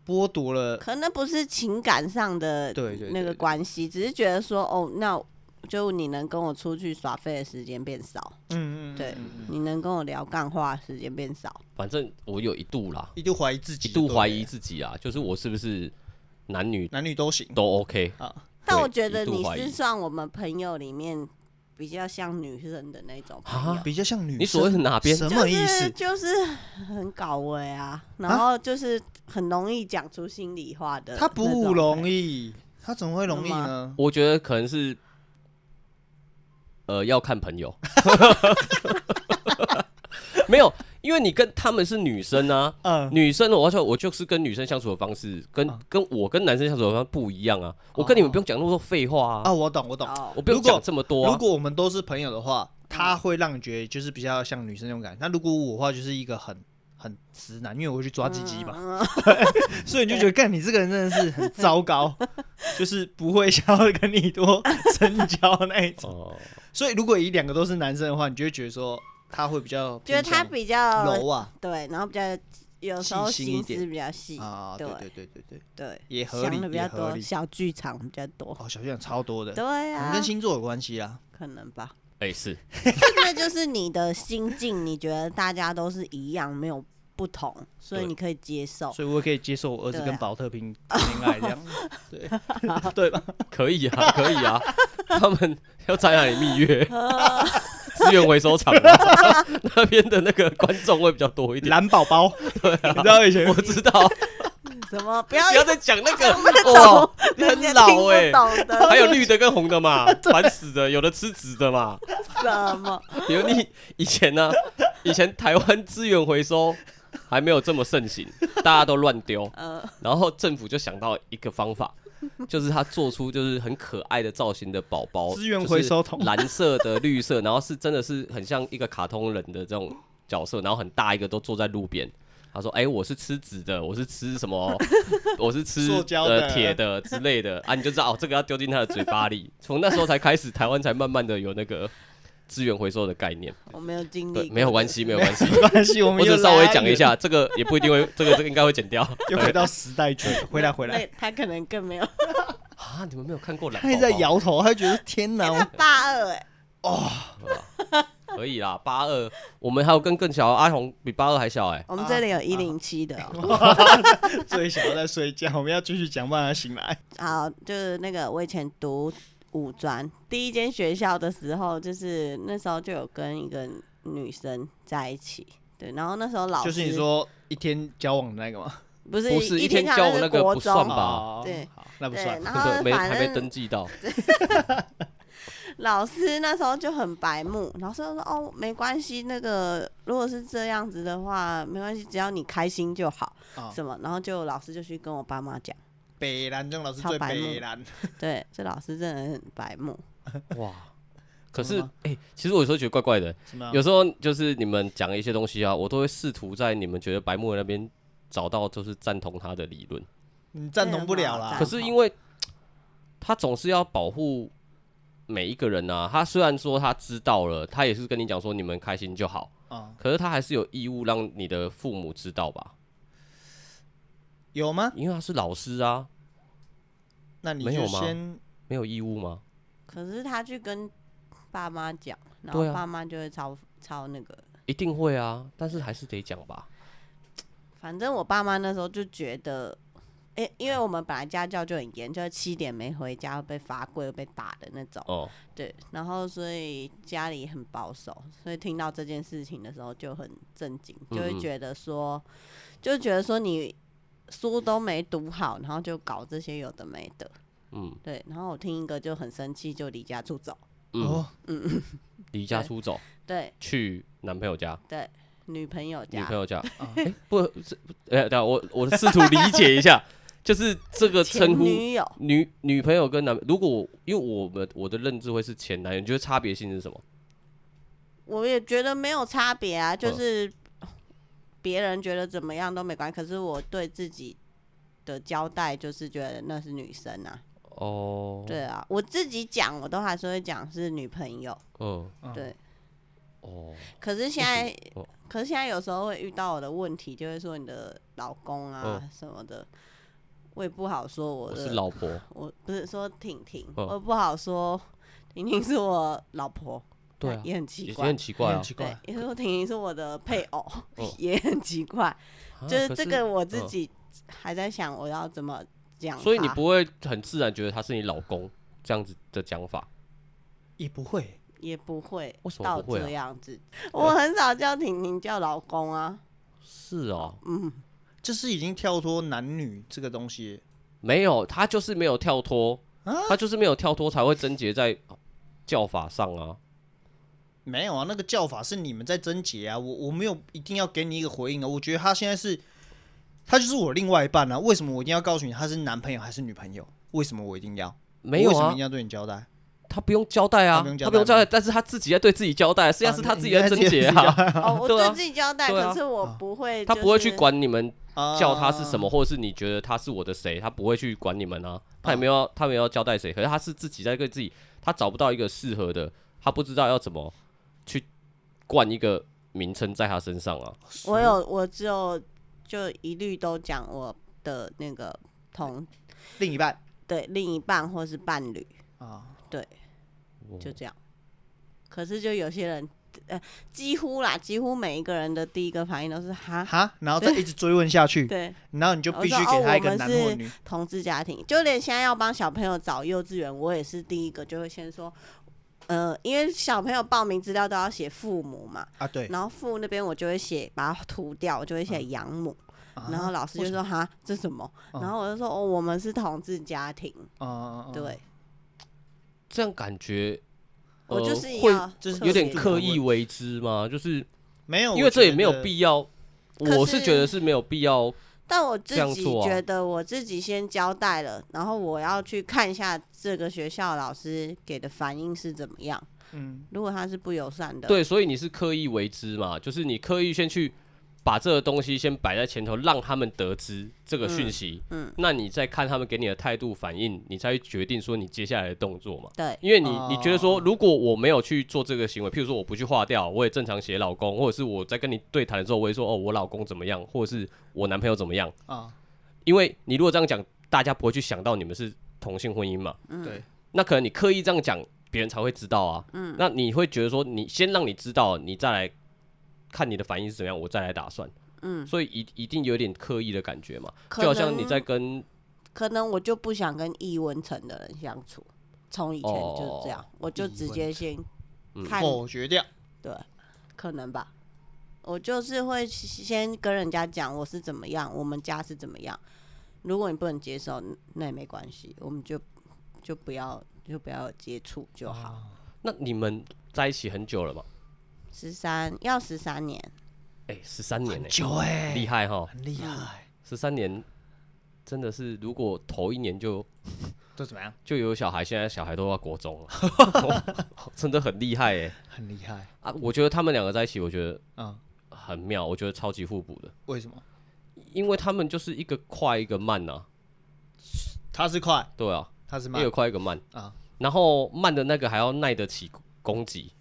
Speaker 1: 剥夺了。
Speaker 3: 可能不是情感上的
Speaker 1: 对对
Speaker 3: 那
Speaker 1: 对
Speaker 3: 个
Speaker 1: 对
Speaker 3: 关系，只是觉得说，哦，那就你能跟我出去耍废的时间变少，
Speaker 1: 嗯嗯，嗯
Speaker 3: 对
Speaker 1: 嗯嗯
Speaker 3: 你能跟我聊干话的时间变少。
Speaker 2: 反正我有一度啦，
Speaker 1: 一度怀疑自己
Speaker 2: 一
Speaker 1: 就对了，
Speaker 2: 度怀疑自己啊，就是我是不是男女
Speaker 1: 男女都行
Speaker 2: 都 OK？
Speaker 1: 啊。
Speaker 3: 但
Speaker 2: 对
Speaker 3: 我觉得
Speaker 2: 一度
Speaker 3: 你
Speaker 2: 怀疑
Speaker 3: 是算我们朋友里面比较像女生的那种朋友
Speaker 2: 啊，
Speaker 1: 比较像女生，
Speaker 2: 你所谓的哪边
Speaker 1: 什
Speaker 3: 就
Speaker 1: 么意
Speaker 3: 是
Speaker 1: 思？
Speaker 3: 就是很搞味啊，然后就是很容易讲出心里话
Speaker 2: 呃
Speaker 3: 的那
Speaker 1: 他
Speaker 3: 种朋友。
Speaker 1: 不容易，他怎么会容易
Speaker 3: 真的
Speaker 1: 呢？
Speaker 2: 我觉得可能是，呃，要看朋友。 没有，因为你跟他们是女生啊，
Speaker 1: 嗯，
Speaker 2: 女生我要说，我就是跟女生相处的方式跟、
Speaker 1: 嗯
Speaker 2: 跟我跟男生相处的方式不一样啊。我跟你们不用讲那么多废话啊，
Speaker 1: 啊，我懂，我懂。
Speaker 3: 哦。
Speaker 2: 我不用
Speaker 1: 如果
Speaker 2: 讲这么多、
Speaker 1: 如
Speaker 2: 啊。
Speaker 1: 果我们都是朋友的
Speaker 2: 嗯
Speaker 1: 话，他会让你觉得就是比较像女生那种感觉。那如果我的话，就是一个很很直男，因为我会去抓鸡鸡嘛，
Speaker 3: 嗯，
Speaker 1: 所以你就觉得干你这个人真的是很糟糕，就是不会想要跟你多深交那一种。
Speaker 2: 哦，
Speaker 1: 所以如果以两个都是男生的话，你就会觉得说他会比较
Speaker 3: 觉得他
Speaker 1: 偏
Speaker 3: 比较
Speaker 1: 向柔啊
Speaker 3: 对，然后比较有时候
Speaker 1: 细心一
Speaker 3: 心
Speaker 1: 点
Speaker 3: 思比较细，
Speaker 1: 啊，对对
Speaker 3: 对
Speaker 1: 对对对，
Speaker 3: 对，
Speaker 1: 也合
Speaker 3: 想
Speaker 1: 理
Speaker 3: 的比
Speaker 1: 也
Speaker 3: 较
Speaker 1: 合
Speaker 3: 多，
Speaker 1: 理。
Speaker 3: 小剧场比较多，
Speaker 1: 哦，小剧场超多的，
Speaker 3: 对
Speaker 1: 可
Speaker 3: 啊
Speaker 1: 能，跟星座有关系啊。
Speaker 3: 可能吧。
Speaker 2: 哎、是
Speaker 3: 那就是你的心境，你觉得大家都是一样，没有不同，所以
Speaker 2: 对
Speaker 3: 你可以接受。
Speaker 1: 所以我也可以接受我儿子
Speaker 3: 哦对啊
Speaker 1: 跟保特瓶恋爱这 样，对 对吧？
Speaker 2: 可以啊，可以啊。他们要在哪里蜜月？
Speaker 3: 啊
Speaker 2: 资源回收厂 啊那边的那个观众会比较多一点。啊
Speaker 1: 蓝宝宝，你知道以前
Speaker 2: 我知道，
Speaker 3: 什 么？不要
Speaker 2: 不要再讲那个
Speaker 3: 懂
Speaker 2: 哦，你
Speaker 3: 人
Speaker 2: 很
Speaker 3: 家听
Speaker 2: 老
Speaker 3: 不
Speaker 2: 哎、
Speaker 1: 欸
Speaker 3: 懂
Speaker 2: 还
Speaker 3: 的
Speaker 2: 有绿的跟红的嘛，烦死的，有的吃紫的嘛。
Speaker 3: 什么？
Speaker 2: 比如你以前呢、以前台湾资源回收还没有这么盛行，大家都乱丢，
Speaker 3: 呃，
Speaker 2: 然后政府就想到一个方法，就是他做出就是很可爱的造型的宝宝，
Speaker 1: 资源回收桶
Speaker 2: 就是蓝色的、绿色，然后是真的是很像一个卡通人的这种角色，然后很大一个都坐在路边。他说：“哎、我是吃纸的，我是吃什 么？我是吃
Speaker 1: 塑胶的
Speaker 2: 呃铁的之类的啊，你就知道哦，这个要丢进他的嘴巴里。从那时候才开始，台湾才慢慢的有那个资源回收的概念。
Speaker 3: 我没有经
Speaker 2: 对，
Speaker 3: 历，
Speaker 2: 没有关。系，没有关系。
Speaker 1: 没关嗯 系，我们
Speaker 2: 我
Speaker 1: 又
Speaker 2: 只稍微
Speaker 1: 拉
Speaker 2: 讲一
Speaker 1: 远，
Speaker 2: 下，这个也不一定会，这个这个应该会剪掉。
Speaker 1: 又回到时代去，回来回来，
Speaker 3: 那，他可能更没有。
Speaker 2: 啊，你们没有看过蓝
Speaker 1: 他
Speaker 2: 宝
Speaker 1: 还在
Speaker 2: 宝
Speaker 1: 摇头，他觉得天哪，
Speaker 3: 他
Speaker 1: 我
Speaker 3: 八二哎，
Speaker 2: 可以啦，八二，我们还有跟更小的阿红，比八二还小哎、
Speaker 3: 我们这里有一零七的哦。
Speaker 1: 最想要在睡觉，我们要继续讲，不然他醒来。
Speaker 3: 好，就是那个我以前读五专第一间学校的时候，就是那时候就有跟一个女生在一起，对，然后那时候老
Speaker 1: 就
Speaker 3: 师
Speaker 1: 是你说一天交往的那个吗？
Speaker 3: 不是
Speaker 2: 不是一天
Speaker 3: 天
Speaker 2: 教
Speaker 3: 教
Speaker 2: 我那个
Speaker 3: 国
Speaker 2: 不
Speaker 3: 中，
Speaker 2: 算吧
Speaker 1: 哦
Speaker 3: 对
Speaker 1: 好，那不
Speaker 3: 对，
Speaker 1: 算。
Speaker 3: 然
Speaker 2: 对，
Speaker 3: 后
Speaker 2: 没还没
Speaker 3: 反
Speaker 2: 登
Speaker 3: 正
Speaker 2: 记到，
Speaker 3: 老师那时候就很白目，老师就说哦没关系，那个如果是这样子的话没关系，只要你开心就好，
Speaker 1: 啊，
Speaker 3: 什么，然后就老师就去跟我爸妈讲，
Speaker 1: 北兰这种老师最
Speaker 3: 超白目
Speaker 1: 北兰，
Speaker 3: 对，这老师真的很白目，
Speaker 2: 哇！可
Speaker 1: 真
Speaker 2: 是
Speaker 1: 的吗，
Speaker 2: 哎、其实我有时候觉得怪怪的，
Speaker 1: 什么
Speaker 2: 有时候就是你们讲一些东西啊，我都会试图在你们觉得白木的那边找到就是赞同他的理论，
Speaker 1: 你赞同不了啦
Speaker 3: 赞
Speaker 2: 可
Speaker 3: 同。
Speaker 2: 是因为他总是要保护每一个人啊，他虽然说他知道了，他也是跟你讲说你们开心就好，
Speaker 1: 啊，
Speaker 2: 可是他还是有义务让你的父母知道吧，
Speaker 1: 有吗？
Speaker 2: 因为他是老师啊，
Speaker 1: 那你
Speaker 2: 没
Speaker 1: 就
Speaker 2: 有吗
Speaker 1: 先
Speaker 2: 没有义务吗？
Speaker 3: 可是他去跟爸妈讲，然
Speaker 2: 对
Speaker 3: 后
Speaker 2: 啊
Speaker 3: 爸妈就会超超那个。
Speaker 2: 一定会啊，但是还是得讲吧。
Speaker 3: 反正我爸妈那时候就觉得，诶、因为我们本来家教就很严，就是七点没回家会被罚跪、会被打的那种。
Speaker 2: 哦，
Speaker 3: 对，然后所以家里很保守，所以听到这件事情的时候就很震惊，就
Speaker 2: 嗯
Speaker 3: 会
Speaker 2: 嗯
Speaker 3: 觉得说，就觉得说你书都没读好，然后就搞这些有的没的。
Speaker 2: 嗯
Speaker 3: 对，然后我听一个就很生气，就离家出走。
Speaker 2: 嗯，
Speaker 1: 哦，
Speaker 2: 离家出走
Speaker 3: 对，
Speaker 2: 去男朋友家、
Speaker 3: 女朋友
Speaker 2: 女
Speaker 3: 家啊
Speaker 2: 朋友家。哎，不，这，哎，等下我我试图理解一下，就是这个
Speaker 3: 前
Speaker 2: 称呼
Speaker 3: 女友
Speaker 2: 女女朋友跟男，如果我因为我们我的认知会是前男友，你觉得差别性是什么？
Speaker 3: 我也觉得没有差别啊，就
Speaker 2: 嗯
Speaker 3: 是别人觉得怎么样都没关系，可是我对自己的交代就是觉得那是女生啊，
Speaker 2: 哦，，
Speaker 3: 对啊，我自己讲我都还是会讲是女朋友，
Speaker 2: 嗯，
Speaker 1: 嗯
Speaker 3: 对，
Speaker 2: 哦，
Speaker 3: 可是现在
Speaker 2: 哦，
Speaker 3: 可是现在有时候会遇到我的问题，就会说你的老公啊
Speaker 2: 嗯
Speaker 3: 什么的，我也不好说我
Speaker 2: 我
Speaker 3: 的，啊
Speaker 2: 是老婆，
Speaker 3: 我不是说婷婷，
Speaker 2: 嗯
Speaker 3: 我也不好说婷婷是我老婆，
Speaker 2: 对啊，
Speaker 3: 也很
Speaker 2: 也
Speaker 3: 奇
Speaker 2: 也
Speaker 3: 怪
Speaker 2: 很，奇怪
Speaker 1: 也
Speaker 2: 啊
Speaker 1: 很，奇
Speaker 3: 对
Speaker 1: 怪，，
Speaker 3: 也说婷婷是我的配偶，
Speaker 2: 哦
Speaker 3: 也很奇怪，
Speaker 2: 啊
Speaker 3: 就是
Speaker 2: 可
Speaker 3: 这个我自
Speaker 2: 嗯
Speaker 3: 己还在想我要怎么讲他，
Speaker 2: 所以你不会很自然觉得他是你老公这样子的讲法，
Speaker 1: 也不会，
Speaker 3: 也不会
Speaker 2: 为什么
Speaker 3: 到
Speaker 2: 不会啊
Speaker 3: 这样子，我很少叫婷婷叫老 公啊，
Speaker 2: 是哦，
Speaker 3: 嗯，
Speaker 1: 就是已经跳脱男女这个东西
Speaker 2: 没有，他就是没有跳脱，
Speaker 1: 啊
Speaker 2: 他就是没有跳脱才会贞洁在教法上啊，
Speaker 1: 没有啊，那个叫法是你们在贞洁啊，我我没有一定要给你一个回应啊。我觉得他现在是，他就是我另外一半啊。为什么我一定要告诉你他是男朋友还是女朋友？为什么我一定要？
Speaker 2: 没有
Speaker 1: 我为什么一
Speaker 2: 啊
Speaker 1: 定，要对你交代？
Speaker 2: 他不用交代啊，
Speaker 1: 他不用交代
Speaker 2: 他不用交代，但是他自己在对自己交代，实际上是他自己在贞洁啊，
Speaker 3: 哦，我
Speaker 2: 对啊
Speaker 3: 对自己交代，
Speaker 2: 对啊
Speaker 3: 可是我
Speaker 1: 啊
Speaker 3: 不会，
Speaker 2: 他不会去。管你们
Speaker 1: 啊
Speaker 2: 叫他是什么，？或者是你觉得他是我的谁，他不会去管你们啊，他也没有要他没有要交代谁，可是他是自己在对自己，他找不到一个适合的，他不知道要怎么去冠一个名称在他身上啊，
Speaker 3: 我有，我只有就一律都讲我的那个同
Speaker 1: 另一半
Speaker 3: 对另一半或是伴侣，
Speaker 1: 啊，
Speaker 3: 对，就这样。可是就有些人，呃，几乎啦，几乎每一个人的第一个反应都是哈，
Speaker 1: 哈，然后再一直追问下去，
Speaker 3: 对，
Speaker 1: 然后你就必须
Speaker 3: 我说哦
Speaker 1: 给他一个
Speaker 3: 我们
Speaker 1: 男
Speaker 3: 是
Speaker 1: 或女。
Speaker 3: 同志家庭，就连现在要帮小朋友找幼稚园，我也是第一个就会先说。呃，因为小朋友报名资料都要写父母嘛，
Speaker 1: 啊，对，
Speaker 3: 然后父那边我就会写，把它涂掉，我就会写养母，
Speaker 2: 啊
Speaker 3: 然后老师就说：“哈，这什么？”
Speaker 1: 嗯
Speaker 3: 然后我就说：“哦，我们是同志家庭。
Speaker 1: 啊啊，啊，
Speaker 2: 哦
Speaker 3: 对，
Speaker 2: 这样感觉。
Speaker 3: 我就
Speaker 2: 呃
Speaker 3: 是
Speaker 2: 会
Speaker 3: 要
Speaker 1: 就是
Speaker 3: 特
Speaker 2: 有点
Speaker 3: 别
Speaker 2: 刻意为之吗？就是
Speaker 1: 没有，
Speaker 2: 因为这也没有
Speaker 1: 要。
Speaker 2: 必要，
Speaker 3: 可
Speaker 2: 我是觉得是没有必要。
Speaker 3: 但我自
Speaker 2: 这样
Speaker 3: 己
Speaker 2: 做啊
Speaker 3: 觉得我自己先交代了，然后我要去看一下这个学校老师给的反应是怎么样。
Speaker 1: 嗯，
Speaker 3: 如果他是不友善的，
Speaker 2: 对，所以你是刻意为之嘛？就是你刻意先去把这个东西先摆在前头，让他们得知这个讯息。
Speaker 3: 嗯嗯
Speaker 2: 那你再看他们给你的态度反应，你才会决定说你接下来的动作嘛。
Speaker 3: 对
Speaker 2: 因为你
Speaker 1: 哦
Speaker 2: 你觉得说，如果我没有去做这个行为，譬如说我不去划掉，我也正常写老公，或者是我在跟你对谈的时候，我会说哦，我老公怎么样，或者是我男朋友怎么样。
Speaker 1: 啊，
Speaker 2: 因为你如果这样讲，大家不会去想到你们是同性婚姻嘛。
Speaker 1: 对，
Speaker 2: 那可能你刻意这样讲，别人才会知道啊。嗯，那你会觉得说，你先让你知道，你再来看你的反应是怎么样，我再来打算。
Speaker 3: 嗯，
Speaker 2: 所以一一定有点刻意的感觉嘛，
Speaker 3: 可
Speaker 2: 就好像
Speaker 3: 能
Speaker 2: 你在跟
Speaker 3: 可能我就不想跟易文成的人相处，从以前就这样，我就直接先看，
Speaker 1: 否决掉。
Speaker 3: 对，可能吧。我就是会先跟人家讲我是怎么样，我们家是怎么样。如果你不能接受，那也没关系，我们就就不要就不要有接触就好。
Speaker 2: 那你们在一起很久了嘛？
Speaker 3: 十三要十三年，
Speaker 2: 哎、十三年
Speaker 1: 很
Speaker 2: 呢、
Speaker 1: 久哎，
Speaker 2: 厉害哈！
Speaker 1: 很厉害，
Speaker 2: 十三年真的是，如果头一年就
Speaker 1: 都怎么样？
Speaker 2: 就有小孩，现在小孩都要国中了， 真的很厉害哎、
Speaker 1: 很厉害
Speaker 2: 啊！我觉得他们两个在一起，我觉得
Speaker 1: 啊？
Speaker 2: 很妙，我觉得超级互补的，
Speaker 1: 为什么？
Speaker 2: 因为他们就是一个快一个慢呐、啊，
Speaker 1: 他是快，
Speaker 2: 对啊，
Speaker 1: 他是
Speaker 2: 一
Speaker 1: 慢
Speaker 2: 个快一个慢
Speaker 1: 啊，
Speaker 2: 然后慢的那个还要耐得起攻击。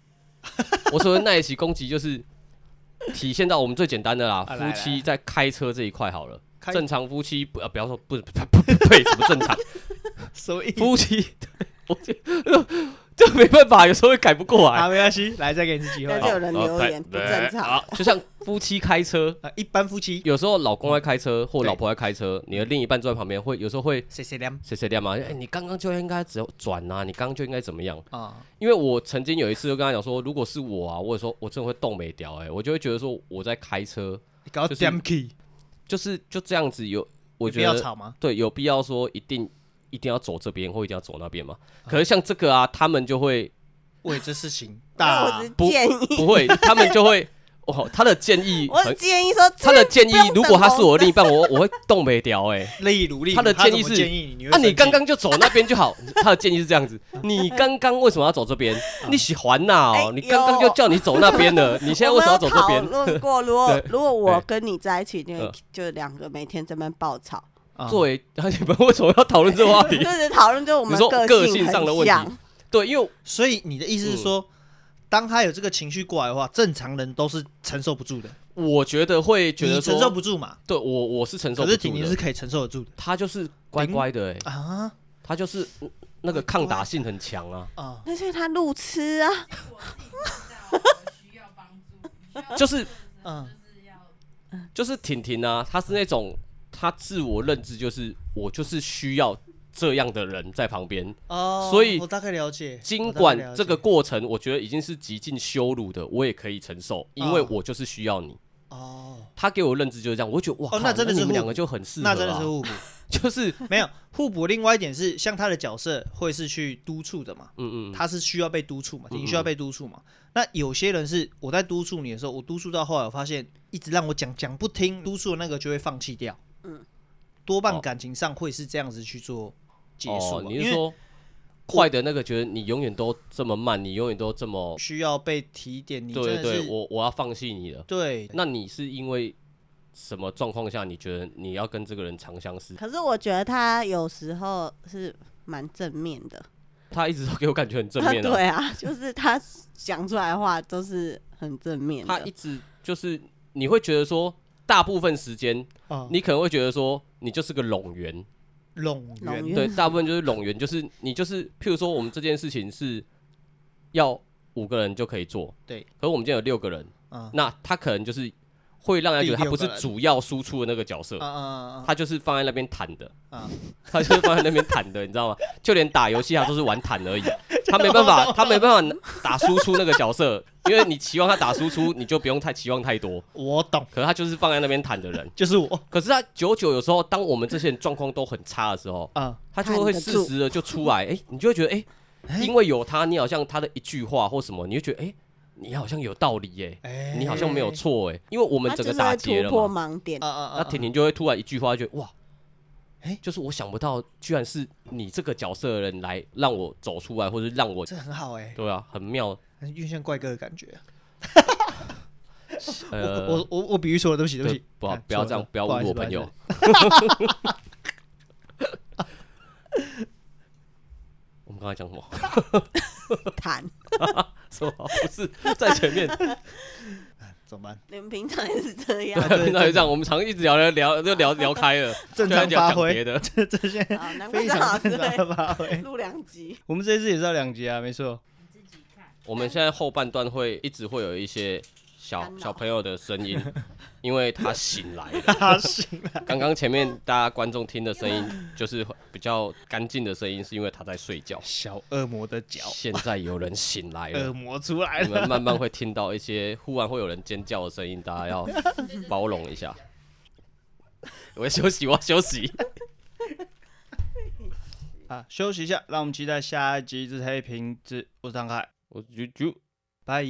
Speaker 2: 我所谓耐得起攻击，就是体现到我们最简单的啦，
Speaker 1: 啊来
Speaker 2: 夫妻在开车这一块好了。
Speaker 1: 开
Speaker 2: 正常夫妻不啊，不要说不不不不对，什么正常
Speaker 1: 所以
Speaker 2: 夫妻，对我就就没办法，有时候会改不过来。
Speaker 1: 啊，没关系，来再给你一次机会
Speaker 3: 但是有人留言
Speaker 2: 呃
Speaker 3: 不正常
Speaker 2: 好，就像夫妻开车，
Speaker 1: 啊。一般夫妻
Speaker 2: 有时候老公在开车或
Speaker 1: 对
Speaker 2: 老婆在开车，你的另一半坐在旁边，会有时候会
Speaker 1: 谁谁亮
Speaker 2: 谁谁亮嘛？哎、你刚刚就应该只有转啊，你刚刚就应该怎么样？
Speaker 1: 啊？
Speaker 2: 因为我曾经有一次就跟他讲说，如果是我啊，我有时候我真的会动没掉，哎，我就会觉得说我在开车，
Speaker 1: 你搞
Speaker 2: 就是
Speaker 1: damn key，
Speaker 2: 就是就这样子有，
Speaker 1: 不
Speaker 2: 我觉
Speaker 1: 要
Speaker 2: 得
Speaker 1: 吵吗？
Speaker 2: 对有必要说一定一定要走这边或一定要走那边嘛。可是像这个啊，他们就会
Speaker 1: 为这事情
Speaker 3: 那
Speaker 1: 大
Speaker 3: 我只
Speaker 2: 不
Speaker 3: 建议
Speaker 2: 不会，他们就会。 哇，他的建议
Speaker 3: 我
Speaker 2: 很，
Speaker 3: 建议说
Speaker 2: 他的建议
Speaker 3: 不用，等哦
Speaker 2: 如果他是我
Speaker 3: 我
Speaker 2: 的另一半，我我会动北屌哎。
Speaker 1: 例如，例如
Speaker 2: 他的建议
Speaker 1: 怎么
Speaker 2: 是
Speaker 1: 建议你，你会
Speaker 2: 那、啊你
Speaker 1: 生气
Speaker 2: 刚刚就走那边就好。 他的建议是这样子：你刚刚为什么要走这边？
Speaker 1: 啊
Speaker 2: 你喜欢呐、
Speaker 3: 哎
Speaker 2: 哦？你刚刚就叫你走那边了，你现在为什么要走这
Speaker 3: 我
Speaker 2: 边
Speaker 3: 们？有讨论过，如果
Speaker 2: 对
Speaker 3: 如果我
Speaker 2: 对
Speaker 3: 跟你在一起，因为
Speaker 2: 嗯
Speaker 3: 就两个每天在那边爆 吵，
Speaker 1: 啊
Speaker 2: 作为你们为什么要讨论这个话题
Speaker 3: 就？是讨论就我
Speaker 2: 你
Speaker 3: 们
Speaker 2: 说个
Speaker 3: 性
Speaker 2: 性上的
Speaker 3: 很
Speaker 2: 问题
Speaker 3: 像
Speaker 2: 对，因为
Speaker 1: 所以你的意思是说，
Speaker 2: 嗯
Speaker 1: 当他有这个情绪过来的话，正常人都是承受不住的，
Speaker 2: 我觉得会觉
Speaker 1: 你
Speaker 2: 得
Speaker 1: 承受
Speaker 2: 说，
Speaker 1: 不住嘛？
Speaker 2: 对我我是承受
Speaker 1: 可
Speaker 2: 不
Speaker 1: 是婷
Speaker 2: 住
Speaker 1: 婷
Speaker 2: 的
Speaker 1: 是。可以承受得住的
Speaker 2: 他就是乖乖的、欸，
Speaker 1: 啊
Speaker 2: 他就是那个抗打性很强啊，
Speaker 1: 啊！
Speaker 3: 那是他路痴啊，
Speaker 4: 我需要帮助，你需要
Speaker 2: 就是
Speaker 1: 嗯
Speaker 4: 就是要
Speaker 2: 就是婷婷啊，她是那种她自我认知就是我就是需要这样的人在旁边，
Speaker 1: 哦，
Speaker 2: 所以
Speaker 1: 我大概了解。我
Speaker 2: 尽
Speaker 1: 大概
Speaker 2: 管
Speaker 1: 了
Speaker 2: 这个
Speaker 1: 解
Speaker 2: 过程我觉得已经是极尽羞辱的，我也可以承受，
Speaker 1: 嗯
Speaker 2: 因为我就是需要你。
Speaker 1: 哦，
Speaker 2: 她给我认知就是这样，我就觉得哇靠，
Speaker 1: 哦那真的是
Speaker 2: 你们
Speaker 1: 互
Speaker 2: 两个就很适合、啊，
Speaker 1: 那真的是互补，
Speaker 2: 就是
Speaker 1: 没有互补。另外一点是，像他的角色会是去督促的嘛，
Speaker 2: 嗯嗯，嗯
Speaker 1: 他是需要被督促嘛，你需要被督促嘛。那有些人是我在督促你的时候，我督促到后来，我发现一直让我讲讲不听，督促的那个就会放弃掉。
Speaker 3: 嗯，
Speaker 1: 多
Speaker 2: 哦
Speaker 1: 半感情上会是这样子去做结束
Speaker 2: 哦
Speaker 1: 啊，，
Speaker 2: 你
Speaker 1: 因
Speaker 2: 是
Speaker 1: 为
Speaker 2: 说坏的那个觉得你永远都这么慢，你永远都这么
Speaker 1: 需要被提点，你真
Speaker 2: 对
Speaker 1: 的
Speaker 2: 对，
Speaker 1: 是
Speaker 2: 我我要放弃你了。
Speaker 1: 对
Speaker 2: 那你是因为什么状况下你觉得你要跟这个人长相厮？
Speaker 3: 可是我觉得他有时候是蛮正面的，
Speaker 2: 他一直都给我感觉很正面 啊，
Speaker 3: 对啊，就是他讲出来的话都是很正面
Speaker 2: 他
Speaker 3: 的
Speaker 2: 一，直就是你会觉得说，大部分时间
Speaker 1: 啊，
Speaker 2: 你可能会觉得说，你就是个拢员，
Speaker 1: 拢
Speaker 3: 拢
Speaker 1: 圆
Speaker 3: 圆
Speaker 2: 对，大部分就是拢员，就是你就是，譬如说我们这件事情是要五个人就可以做，
Speaker 1: 对，
Speaker 2: 可是我们今天有六个人，
Speaker 1: 啊
Speaker 2: 那他可能就是会让人家觉得他不
Speaker 1: 第
Speaker 2: 是
Speaker 1: 六个人
Speaker 2: 主要输出的那个角色
Speaker 1: 啊，啊
Speaker 2: 他就是放在那边弹的，
Speaker 1: 啊啊！
Speaker 2: 他就是放在那边弹的，你知 道吗？就连打游戏他都是玩弹 而已，他没办法，他没办法打输出那个角色，因为你期望他打输出，你就不用太期望太多。
Speaker 1: 我懂，
Speaker 2: 可是他就是放在那边弹的人，
Speaker 1: 就是我
Speaker 2: 可是他久久有时候，当我们这些人状况都很差的时候，
Speaker 1: 啊，
Speaker 2: 他就会适时的就出来，哎、你就会觉得，哎、因为有他，你好像他的一句话或什么，你就觉得，哎、你好像有道理耶、
Speaker 1: 哎
Speaker 2: 你好像没有错哎、因为我们
Speaker 3: 他
Speaker 2: 整
Speaker 3: 就
Speaker 2: 个
Speaker 3: 是
Speaker 2: 打
Speaker 3: 会
Speaker 2: 结了
Speaker 3: 突
Speaker 2: 嘛
Speaker 3: 破，盲点
Speaker 1: 啊。啊
Speaker 2: 那
Speaker 1: 啊！
Speaker 2: 婷婷就会突然一句话，就觉得哇，
Speaker 1: 哎
Speaker 2: 就是我想不到，居然是你这个角色的人来让我走出来，或者让我
Speaker 1: 这很好哎，
Speaker 2: 对啊，很妙。
Speaker 1: 很遇见怪哥的感觉。
Speaker 2: 呃，
Speaker 1: 我我我我比喻错了，对不起，对不
Speaker 2: 对
Speaker 1: 起，，
Speaker 2: 不好
Speaker 1: 哎，
Speaker 2: 不要这样，不要侮辱我朋。
Speaker 1: 错
Speaker 2: 友
Speaker 1: 了。
Speaker 2: 我们刚才讲什么？
Speaker 3: 谈，
Speaker 2: 什么？不是在前面，
Speaker 1: 不好意思不好意思怎么办？
Speaker 3: 你们平常也是这 样
Speaker 1: 啊对
Speaker 2: 那就这样，我们常一直聊聊聊就聊聊开 了，
Speaker 1: 正
Speaker 2: 就在
Speaker 1: 常
Speaker 2: 讲
Speaker 1: 发
Speaker 2: 讲
Speaker 1: 挥
Speaker 2: 别 的。
Speaker 1: 这这些
Speaker 3: 啊？难怪
Speaker 1: 非
Speaker 3: 张老
Speaker 1: 常
Speaker 3: 师
Speaker 1: 正常
Speaker 3: 会
Speaker 1: 的发挥。
Speaker 3: 录两集，
Speaker 1: 欸 我们这次也是要两集啊，没错。
Speaker 4: 你自己看。
Speaker 2: 我们现在后半段会一直会有一些小
Speaker 3: 干扰
Speaker 2: 小朋友的声音，因为他醒来了。
Speaker 1: 他醒了，
Speaker 2: 刚刚前面大家观众听的声音就是比较干净的声音，是因为他在睡觉。
Speaker 1: 小恶魔的脚，
Speaker 2: 现在有人醒来
Speaker 1: 恶
Speaker 2: 了，
Speaker 1: 魔出来
Speaker 2: 你
Speaker 1: 了。
Speaker 2: 们慢慢会听到一些忽然会有人尖叫的声音，大家要包容一 下。我要休息，我要休息。
Speaker 1: 啊，休息一下，让我们期待下一集之黑瓶子。我是张凯，
Speaker 2: 我啾啾。
Speaker 1: 拜。